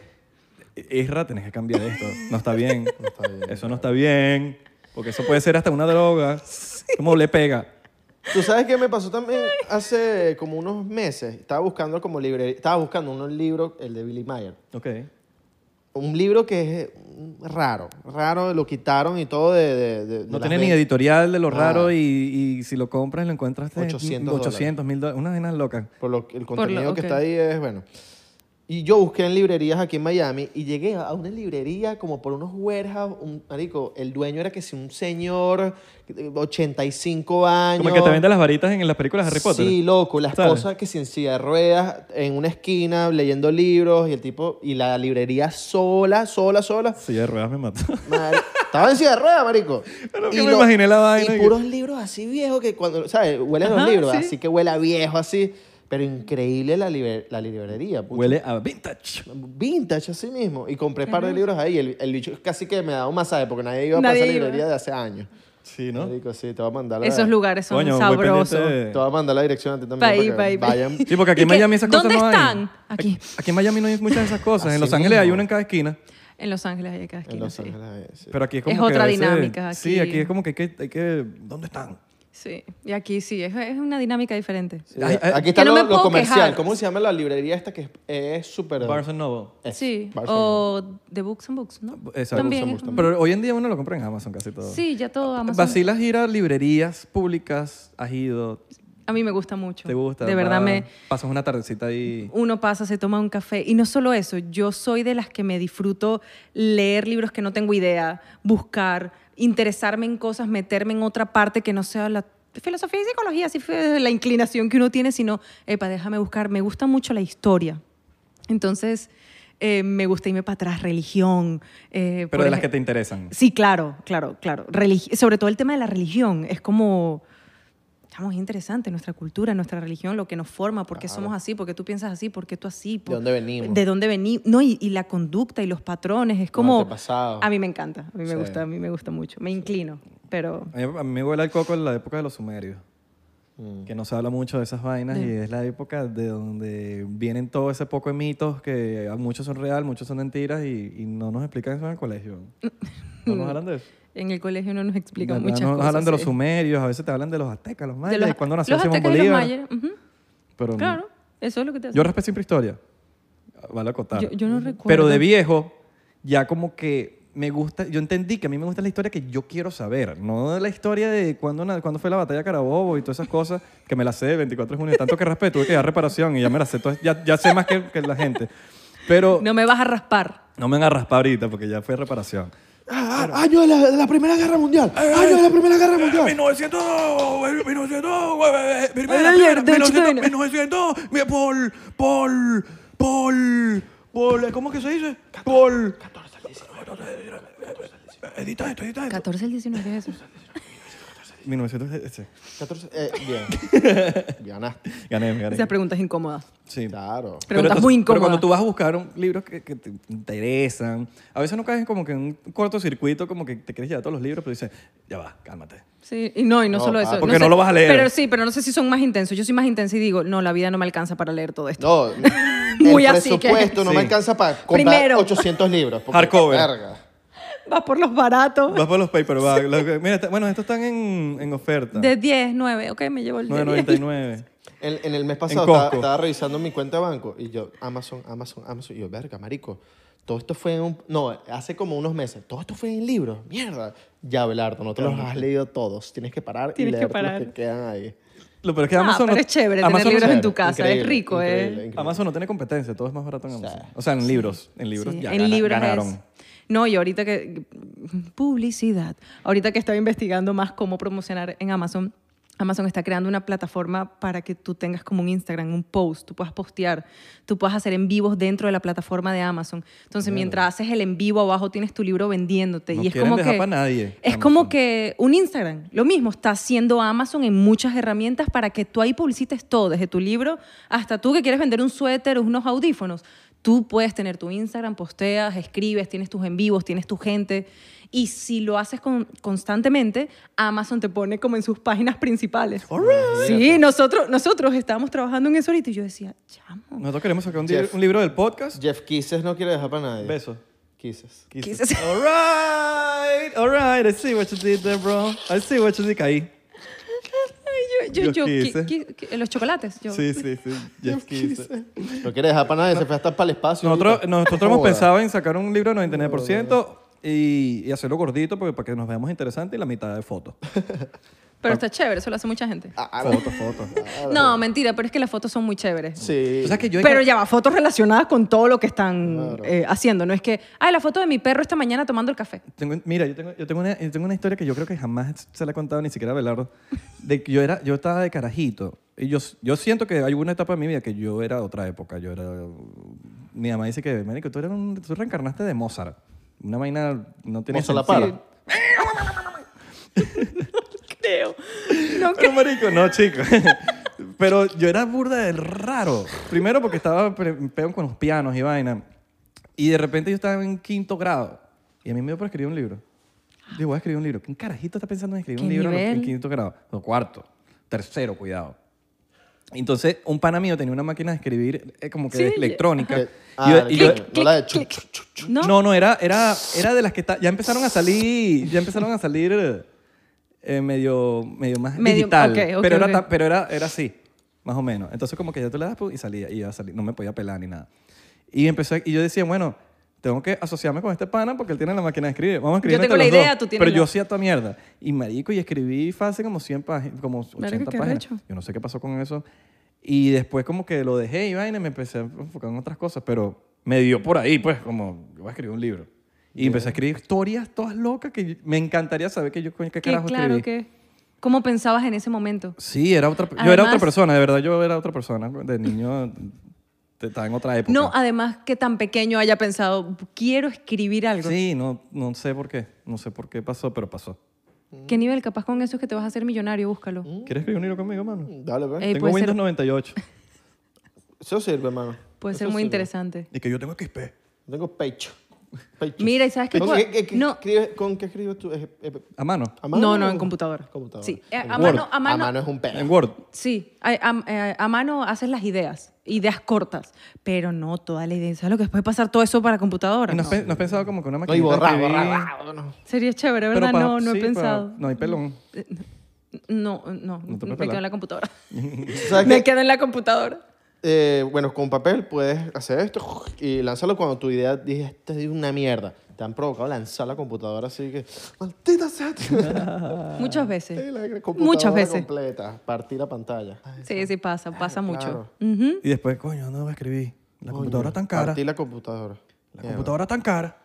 A: Isra, tenés que cambiar esto. No está
B: [LAUGHS]
A: bien.
B: está bien,
A: Eso no está bien. Porque eso puede ser hasta una
C: [LAUGHS]
A: droga. Como le pega.
B: Tú sabes qué me pasó también hace como unos meses. Estaba buscando como librería, estaba buscando unos libros, el de Billy Mayer.
A: Ok.
B: Un libro que es mm, raro, raro, lo quitaron y todo de... de- de- Ah. de
A: No
B: las
A: tiene ni
B: ventas.
A: editorial de lo
B: Nada.
A: raro y, y si lo compras lo encuentras en
B: 800
A: 800 mil dólares. Unas vainas locas.
B: Por lo, el contenido
C: ok.
B: que está ahí es, bueno. Y yo busqué en librerías aquí en Miami y llegué a una librería como por unos warehouse, un, marico, el dueño era que si un señor, eh, 85 años.
A: Como el que te vende las varitas en las películas de Harry Potter.
B: Sí, loco, la
A: ¿Sabes?
B: esposa que sin silla de ruedas, en una esquina, leyendo libros y el tipo, y la librería sola, sola, sola.
A: Sí, de ruedas me mató.
C: [LAUGHS]
B: Mari- Estaba en silla de ruedas, marico.
A: Claro que me imaginé la vaina
B: Y
A: y-
B: puros libros así viejos que cuando, ¿sabes? Huelen los
C: Ajá,
B: libros,
C: sí.
B: así que huele a viejo, así. Pero increíble la, liber- la librería. puto.
A: Huele a vintage.
B: Vintage así mismo. Y compré un par de libros ahí. El, el bicho casi que me da un masaje porque nadie iba a
C: Nadie
B: esa
C: iba.
B: librería de hace años.
A: Sí, ¿no?
B: Marico, sí, te voy a mandar la,
C: Esos lugares son
A: Coño, voy pendiente
C: sabrosos.
A: de-
B: Te voy a mandar la dirección a ti también
C: Pa'
B: para
C: ahí,
B: que
C: pa' ahí, pa' ahí.
B: vayan.
A: Sí, porque aquí
C: ¿Y
A: en
C: qué?
A: Miami esas cosas
C: ¿Dónde
A: no hay.
C: están? Aquí.
A: Aquí en Miami no hay muchas de esas cosas. en
B: Así
A: Los Ángeles hay
B: mismo.
A: una en cada esquina.
C: En Los Ángeles hay acá.
B: En
C: esquina,
B: Los
C: sí.
B: Ángeles, sí.
A: Pero aquí es como
C: Es
A: que
C: otra
A: a veces-
C: dinámica
A: Sí,
C: aquí.
A: aquí es como que hay que, hay que- ¿Dónde están?
C: Sí, y aquí sí, es, es una dinámica diferente.
B: Sí,
A: Ay, ay,
B: aquí está
C: que no
B: lo,
C: me
B: lo
C: puedo
B: comercial.
C: quejar.
B: ¿Cómo se llama la librería esta que es- es súper.
A: Barnes Noble.
B: es
C: sí,
B: Barcelona.
C: o The Books and Books, ¿no?
A: Exacto.
C: También.
B: Books and Books.
A: Pero hoy en Ah, día uno lo compra en Amazon casi todo.
C: Sí, ya todo Amazon.
A: Vacilas ir a librerías públicas, has ido,
C: A mí me gusta mucho.
A: te gusta. Ah.
C: De verdad
A: vas,
C: me...
A: Pasas una tardecita ahí.
C: Uno pasa, se toma un café. Y no solo eso, yo soy de las que me disfruto leer libros que no tengo idea, buscar, interesarme en cosas, meterme en otra parte que no sea la filosofía y psicología, así fue la inclinación que uno tiene, sino, epa, déjame buscar. Me gusta mucho la historia. Entonces, eh, me gusta irme para atrás, religión. eh,
A: Pero
C: por
A: de las
C: ej-
A: que te interesan.
C: Sí, claro, claro, claro. Religi- sobre todo el tema de la religión. Es como, estamos interesante, nuestra cultura, nuestra religión, lo que nos forma, por qué somos así, por qué tú piensas así, por qué tú así. por-
B: dónde venimos?
C: De dónde venimos. No, y, y la conducta y los patrones. Es como...
B: antepasados.
C: A mí me encanta, a mí me
B: Sí.
C: gusta, a mí me gusta mucho. Me inclino, pero...
A: A mí, a mí me huele el coco en la época de los sumerios.
B: Mm.
A: Que no se habla mucho de esas vainas y es la época de donde vienen todo ese poco de mitos que muchos son real, muchos son mentiras y, y no nos explican eso en el
C: [LAUGHS]
A: colegio. No nos hablan de eso.
C: En el colegio no nos explican
A: ¿Verdad?
C: muchas
A: no,
C: cosas.
A: hablan de los
C: sí.
A: sumerios, a veces te hablan de los aztecas, los mayas,
C: De los-
A: y cuándo nació
C: los
A: Simón
C: aztecas y los
A: Bolívar.
C: mayas, ujú,
A: Pero no.
C: Claro, eso es lo que te hace.
A: Yo respeto siempre historia. Vale acotar.
C: Yo- yo no recuerdo.
A: Pero de viejo, ya como que me gusta, yo entendí que a mí me gusta la historia que yo quiero saber, no la historia de cuándo, na- cuándo fue la batalla de Carabobo y todas esas cosas, que me las sé de 24 de junio, tanto que respeto, tuve que dar reparación y ya me las sé, todas- ya, ya sé más que, que la gente. Pero no,
C: No me vas a raspar.
A: me van a raspar ahorita porque ya fue reparación. Eh,
B: Ah, ah, año de la, de la Primera Guerra Mundial. año de la Primera Guerra Mundial.
D: 1900, 1900, eh, eh, primera,
C: Ay,
D: primera,
C: Alberto,
D: 1900,
C: chino.
D: 1900, mira, Paul, Paul, Paul,
A: eh,
D: Paul, ¿cómo es que se dice? Paul. Edita esto, edita esto.
C: 14 al 19 es eso.
A: 1900, sí.
B: 14, eh,
A: [LAUGHS]
B: bien. Ganaste.
A: gané, me gané.
C: Esas preguntas incómodas.
A: Sí.
B: Claro.
A: Pero
C: Preguntas
A: entonces-
C: muy
A: Pero
C: incómodas.
A: cuando tú vas a buscar un, libros que, que te interesan, a veces no caes como que en un cortocircuito, como que te quieres llevar todos los libros, pero dices, ya va, cálmate.
C: Sí, y no, y no,
B: No,
C: solo
B: pa,
C: eso.
A: porque no lo vas a leer.
C: Pero sí, pero no sé si son más intensos. Yo soy más intensa y digo, no, la vida no me alcanza para leer todo esto.
B: No, el
C: Muy así que-
B: presupuesto no
A: Sí.
B: me alcanza para comprar
C: Primero.
B: 800 libros. porque,
A: Hardcover.
B: verga.
C: Vas por los baratos.
A: Vas por los paperbacks. los que- mira, está- bueno, estos están en, en oferta.
C: De 10, 9. Ok, me llevo el de 10.
A: 9.99.
B: En, en el mes
A: En
B: pasado estaba,
A: Costco.
B: estaba revisando mi cuenta de banco y yo, Amazon, Amazon, Amazon. Y yo, verga, marico. Todo esto fue en un. No, hace como unos meses. Todo esto fue en libros. Mierda. Ya, Belardo, no te los has leído todos. Tienes que parar
C: Tienes
B: y
C: que
B: leer
C: parar.
B: los que quedan ahí.
A: Lo peor es que
C: Ah,
A: Amazon.
C: pero
A: no-
C: es chévere tener
A: Amazon, no-
C: libros en tu
B: Chévere,
C: casa, es
B: increíble,
C: rico, ¿eh?
B: increíble, increíble.
A: Amazon no tiene competencia, todo es más barato en Amazon.
B: Sí.
A: O sea, en libros.
C: [LAUGHS]
A: En libros
C: Sí,
A: ya
C: en
A: gana-
C: libros es-
A: ganaron.
C: No, y ahorita que... Publicidad. Ahorita que estaba investigando más cómo promocionar en Amazon, Amazon está creando una plataforma para que tú tengas como un Instagram, un post, tú puedas postear, tú puedas hacer en vivos dentro de la plataforma de Amazon. Entonces, mientras haces el en vivo abajo, tienes tu libro vendiéndote.
A: No
C: y es
A: quieren
C: como
A: dejar
C: que,
A: pa' nadie,
C: Es como
A: Amazon.
C: que un Instagram, lo mismo, está haciendo Amazon en muchas herramientas para que tú ahí publicites todo, desde tu libro hasta tú que quieres vender un suéter o unos audífonos. Tú puedes tener tu Instagram, posteas, escribes, tienes tus en vivos, tienes tu gente. Y si lo haces con- constantemente, Amazon te pone como en sus páginas principales.
A: Oh,
C: Sí, nosotros, nosotros estábamos trabajando en eso ahorita y yo decía, chamo,
A: Nosotros queremos sacar un, di-
B: Jeff.
A: un libro del podcast.
B: Jeff Kisses no quiere dejar para nadie.
A: Besos.
B: Kisses.
C: ¿qué
A: Kisses.
C: es eso?
A: All right, all right. I see what you did there, bro. I see what you did ahí.
C: Ay, yo- yo-
A: Yo
C: yo, ¿qué-
A: quise.
C: qué- qué- los chocolates. Yo,
A: Sí, sí, sí. Jeff Kisses.
B: No quiere dejar para nadie, se fue hasta para el espacio.
A: Nosotros,
B: ahorita.
A: nosotros hemos
B: Joda.
A: pensado en sacar un libro del 99% y, y hacerlo gordito porque, para que nos veamos interesantes y la mitad de fotos.
C: Pero está chévere, eso lo hace mucha gente.
B: Ah, ah,
A: Fotos, fotos.
C: No, mentira, pero es que las fotos son muy chéveres.
B: Sí.
A: O sea que yo
C: Pero ya va, fotos relacionadas con todo lo que están eh, haciendo. No es que, ah, la foto de mi perro esta mañana tomando el café.
A: Tengo- mira, yo tengo, yo, tengo una, yo tengo una historia que yo creo que jamás se la he contado ni siquiera a Belardo. De que yo, era, yo estaba de carajito. Y yo, yo siento que hay una etapa en mi vida que yo era otra época. Yo era... Mi mamá dice que, marico, tú, eras un, tú reencarnaste de Mozart. Una vaina no tiene
B: Mozart la
A: sentido.
B: para.
C: Creo. No,
A: Pero, marico, no, chico. [LAUGHS] Pero yo era burda del raro. Primero porque estaba pre- peón con los pianos y vaina. Y de repente yo estaba en quinto grado. Y a mí me dio por escribir un libro. Digo, voy a escribir un libro. ¿Quién carajito está pensando en escribir un
C: ¿Qué
A: libro en- en
C: nivel?
A: quinto grado? No, cuarto. Tercero, cuidado. Entonces, un pana mío tenía una máquina de escribir eh, como que
C: Sí,
A: electrónica.
B: Que-
A: Y yo-
B: ah,
A: y yo-
B: no, no la de chu, chu, chu, chu.
C: ¿No?
A: no, no, era, era, era de las que está, ya empezaron a salir, ya empezaron a salir eh, medio, medio más
C: Medio-
A: digital.
C: ok, ok,
A: pero era,
C: ok.
A: tan- pero era, era así, más o menos. Entonces como que ya tú le das pum, pues, y salía, y iba a salir, no me podía pelar ni nada. Y empezó, y yo decía, bueno, tengo que asociarme con este pana porque él tiene la máquina de escribir. Vamos a escribir
C: Yo tengo
A: entre
C: la
A: los
C: idea,
A: dos.
C: tú tienes
A: Pero
C: la-
A: yo hacía toda mierda. Y marico, y escribí fácil como 100 páginas, como 80
C: qué
A: páginas.
C: arrecho.
A: Yo no sé qué pasó con eso. Y después como que lo dejé y vaina, me empecé a enfocar en otras cosas, pero me dio por ahí, pues, como, yo voy a escribir un libro. Y empecé a escribir historias todas locas que yo- me encantaría saber que yo, coño, qué
C: que
A: carajo
C: claro
A: escribí.
C: que. ¿Cómo pensabas en ese momento?
A: Sí, era otra, yo era otra
C: Además-
A: persona, de verdad, yo era otra persona. pues, De niño [LAUGHS] te- estaba en otra época.
C: No, además que tan pequeño haya pensado, quiero escribir algo.
A: sí, no, no sé por qué, no sé por qué pasó, pero pasó.
C: ¿Qué nivel capaz con eso es que te vas a hacer millonario? Búscalo.
A: ¿Quieres escribir un libro conmigo, mano?
B: Dale, pues. ve.
C: Eh,
A: Tengo
C: puede ser-
A: Windows
C: [LAUGHS]
A: 98.
B: Eso sirve, hermano.
C: Puede
B: Eso
C: ser muy
B: sirve.
C: interesante.
A: y que yo tengo XP.
B: Yo Tengo pecho. Pecho.
C: Mira, ¿y sabes qué?
B: ¿Con
C: Tú-
B: qué, qué- qué
C: no.
B: escribes- ¿Con qué escribes tú? Eh, eh,
A: A mano.
B: ¿A mano?
C: No, no, en computadora.
B: Computadora.
C: Sí, eh,
B: En
C: a
B: Word.
C: mano, a mano,
B: es un
A: En
B: perro.
A: Word.
C: Sí, a, a- eh, a mano haces las ideas, ideas cortas, pero no toda la idea. ¿Sabes lo que puede pasar todo eso para computadora?
A: ¿Y no, has
C: No.
A: pe- no has pensado como que una
B: No,
A: máquina
B: y borrar, borrar,
A: [LAUGHS]
B: borrar, no.
C: Sería chévere, ¿verdad?
A: pa-
C: no, no
A: sí,
C: he
A: pa-
C: pensado.
A: no hay pelón.
C: No, no,
A: No te puedes
C: me
A: pelar.
C: quedo en
B: [LAUGHS]
C: la computadora.
B: ¿Sabes
C: me
B: qué?
C: quedo en la computadora.
B: Eh, bueno, con papel puedes hacer esto y lanzarlo cuando tu idea dices, esta es una mierda. Te han provocado lanzar la computadora así que, maldita
C: [LAUGHS]
B: sea.
C: Muchas
B: [LAUGHS]
C: veces.
B: la
C: Muchas
B: computadora
C: veces.
B: completa, partir la pantalla.
C: Sí, sí, pasa, pasa mucho.
B: Ah, claro.
C: Ujú.
A: Y después, coño, no voy a escribir. La
B: Coño,
A: computadora tan cara.
B: Partir la computadora.
A: La
B: Mierda. Eh,
A: computadora tan cara.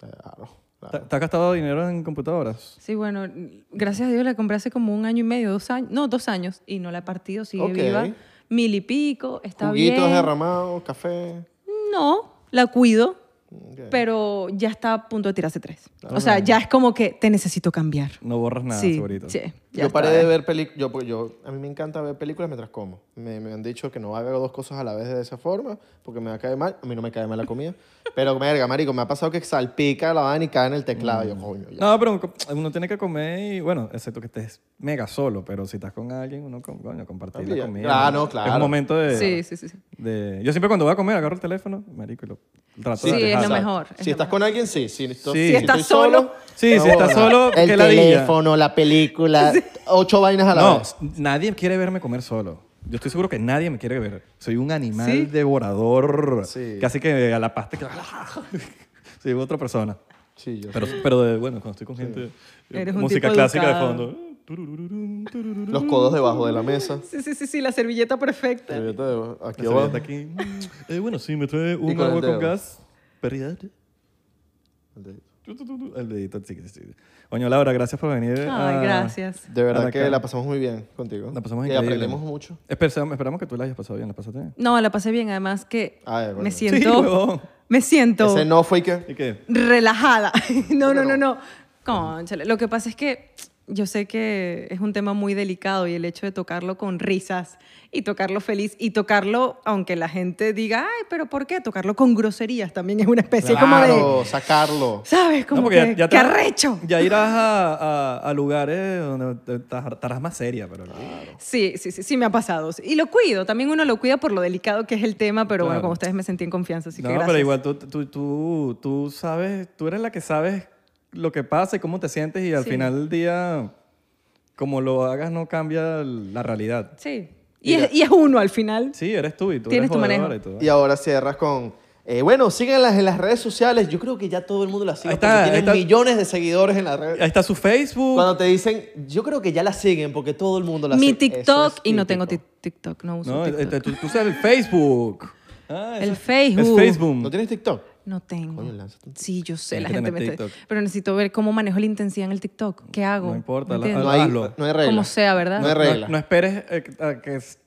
B: Claro, claro.
A: ¿Te te has gastado dinero en computadoras?
C: Sí, bueno, gracias a Dios la compré hace como un año y medio, dos años, no, dos años, y no la he partido, sigue
B: Ok.
C: viva. Mil y pico, está
B: Juguitos
C: bien.
B: derramados, café.
C: No, la cuido,
B: Ok.
C: pero ya está a punto de tirarse tres. O
B: Ah.
C: sea, ya es como que te necesito cambiar.
A: No borras nada,
C: sí,
A: segurito.
C: sí, ya
B: yo
C: está.
B: paré de ver películas. Yo, pues, yo, a mí me encanta ver películas mientras como. Me, me han dicho que no haga dos cosas a la vez de esa forma porque me va a caer mal. A mí no me cae mal la comida. pero, verga, marico, me ha pasado que salpica la vaina y cae en el teclado. Yo, coño, ya.
A: No, pero uno tiene que comer y, bueno, excepto que estés mega solo, pero si estás con alguien, uno, com- coño, compartir la
B: Familia.
A: comida.
B: Ah,
A: ¿no?
B: no, claro.
A: Es un momento de,
C: Sí, sí, sí. sí.
A: de- Yo siempre cuando voy a comer agarro el teléfono, marico, y lo trato
C: Sí,
A: de
C: es lo
A: alejar.
B: Exacto.
C: mejor, es
B: Si
C: lo
B: estás
C: mejor.
B: con alguien, sí. Si, esto-
A: Sí. Si
C: estás
B: estoy
C: solo.
A: Sí, si estás solo,
B: El
A: qué ladilla.
B: teléfono, la película, ocho vainas a la
A: No,
B: vez.
A: nadie quiere verme comer solo. Yo estoy seguro que nadie me quiere ver. Soy un animal devorador.
B: Sí.
A: Casi que a la pasta que... [LAUGHS] Soy otra persona.
B: Sí, yo
A: Pero, pero de- bueno, cuando estoy con gente... eh,
C: Eres un
A: música
C: tipo
A: clásica
C: educado.
A: de fondo. Turururum, turururum.
B: Los codos debajo de la mesa.
C: Sí, sí, sí, sí, la servilleta perfecta.
B: Yo te- Aquí
A: La
B: abajo.
A: servilleta aquí. Mm, eh, bueno, sí, me trae un
B: con el
A: agua con
B: dedo.
A: gas. Perrier. Tu, tu, tu, tu, El dedito. sí, sí, sí. Coño, Laura, gracias por venir. a-
B: Ah.
C: Ay, gracias.
B: De verdad
A: Ahora
B: que
A: acá.
B: la pasamos muy bien contigo.
A: La pasamos
B: y
A: increíble.
B: aprendimos mucho.
A: Esperamos, esperamos que tú la hayas pasado bien. ¿La pasaste bien?
C: No, la pasé bien. Además que
B: Ah, de verdad.
C: me
A: Sí,
C: siento...
A: huevón.
C: me siento...
B: Ese no fue que...
A: ¿Y qué?
C: relajada. [LAUGHS] No, no, no, no. Cónchale. Lo que pasa es que yo sé que es un tema muy delicado y el hecho de tocarlo con risas y tocarlo feliz y tocarlo, aunque la gente diga, ay, pero ¿por qué? Tocarlo con groserías también es una especie como de.
B: Claro, sacarlo.
C: ¿Sabes? Como
A: No, porque
C: que,
A: ya- ya
C: que
A: te-
C: arrecho.
A: Ya irás a, a- a lugares donde te- te- estarás más seria, pero...
C: Sí, sí, sí, sí me ha pasado. Y lo cuido, también uno lo cuida por lo delicado que es el tema, pero bueno,
A: Claro.
C: con ustedes me sentí en confianza, así que
A: no,
C: gracias.
A: pero igual tú, tú, tú, tú sabes, tú eres la que sabes lo que pasa y cómo te sientes y al
C: Sí.
A: final del día, como lo hagas, no cambia la realidad.
C: Sí. Y
B: Mira.
C: es, y es uno al final.
A: Sí, eres tú y tú
C: Tienes
A: eres
C: tu
A: jodedora
C: manejo.
A: y todo.
B: Y ahora cierras con... eh, bueno, síganlas en las redes sociales. Yo creo que ya todo el mundo las sigue
A: Ahí
B: porque
A: está, ahí
B: tienen
A: está.
B: millones de seguidores en las redes.
A: Ahí está su Facebook.
B: Cuando te dicen, yo creo que ya la siguen porque todo el mundo la
C: Mi
B: sigue.
C: TikTok, y no tengo
B: TikTok.
C: tic- TikTok, no uso
A: No,
C: TikTok.
A: este, tú, tú usas el Facebook. Ah,
C: El
A: eso-
C: Facebook.
A: Es Facebook.
B: ¿No tienes TikTok?
C: No tengo.
B: Coño, lánzate un
C: sí, yo sé,
A: eh, Tienes
C: la
A: que
C: gente me
A: tener
C: está-
A: TikTok.
C: Pero necesito ver cómo manejo la intensidad en el TikTok. ¿Qué hago?
A: No importa,
C: ¿Me
A: la-
C: entiendes?
B: No hay,
A: Hazlo.
B: no hay regla.
C: Como sea, ¿verdad?
B: No hay regla.
A: No, no esperes eh, a que... s-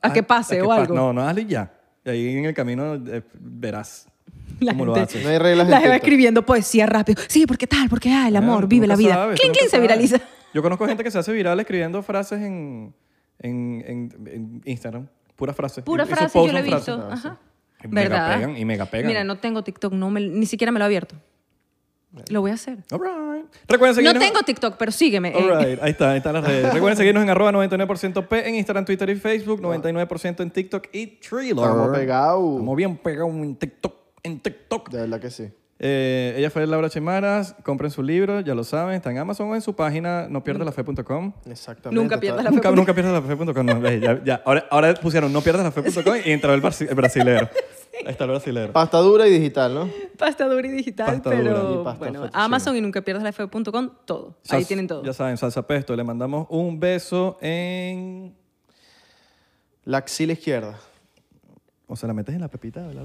C: A que pase o
A: pa-
C: algo.
A: No, no hazlo y ya. Y ahí en el camino eh, verás
C: [LAUGHS] La
A: cómo lo
C: gente-
A: haces.
B: No hay reglas en
C: La jeva
B: TikTok.
C: escribiendo poesía rápido. Sí, porque tal, porque ah, el amor,
A: Claro,
C: vive
A: tú
C: la
A: nunca
C: vida.
A: sabes, tú
C: clean,
A: nunca
C: clean se
A: sabes.
C: viraliza.
A: Yo conozco gente que se hace viral escribiendo frases en, en, en- en Instagram. Puras frases.
C: Pura
A: Y- y sus
C: frase,
A: posts
C: yo la he
A: son frases. Ah,
C: visto. Ajá.
A: Y mega
C: ¿Verdad?
A: pegan, y mega pegan.
C: Mira, no tengo TikTok, no me- ni siquiera me lo he abierto. Lo voy a hacer.
A: All right. Recuerden
C: No
A: seguirnos. [LAUGHS]
C: tengo TikTok, pero sígueme. eh,
A: All
C: en-
A: right. Ahí está, ahí están las redes. Recuerden seguirnos en arroba 99% P en Instagram, Twitter y Facebook, 99% en TikTok y Thriller.
B: Estamos pegados.
A: Estamos bien pegados en TikTok. En TikTok.
B: De verdad que sí.
A: Eh, ella fue Laura Chimaras. Compren su libro, ya lo saben. Está en Amazon o en su página no pierdas la fe.com.
B: Exactamente.
C: Nunca
B: Está-
C: pierdas la-
A: Nunca,
C: fe.com.
A: nunca pierdas la fe.com. No, ve, ya, ya. Ahora, ahora pusieron no pierdas la fe.com y entró el, barci- el
C: [LAUGHS]
A: brasilero. Ahí está el brasilero.
B: Pasta dura y digital, ¿no?
C: Pasta dura y digital,
A: Pasta dura.
C: pero
B: Y pasta
C: bueno,
B: fettuccine.
C: Amazon y nunca pierdas la fe.com, todo. Ahí
A: Sals-
C: tienen todo.
A: Ya saben, salsa pesto. Le mandamos un beso en.
B: La axila izquierda.
A: O sea, la metes en la pepita, ¿verdad?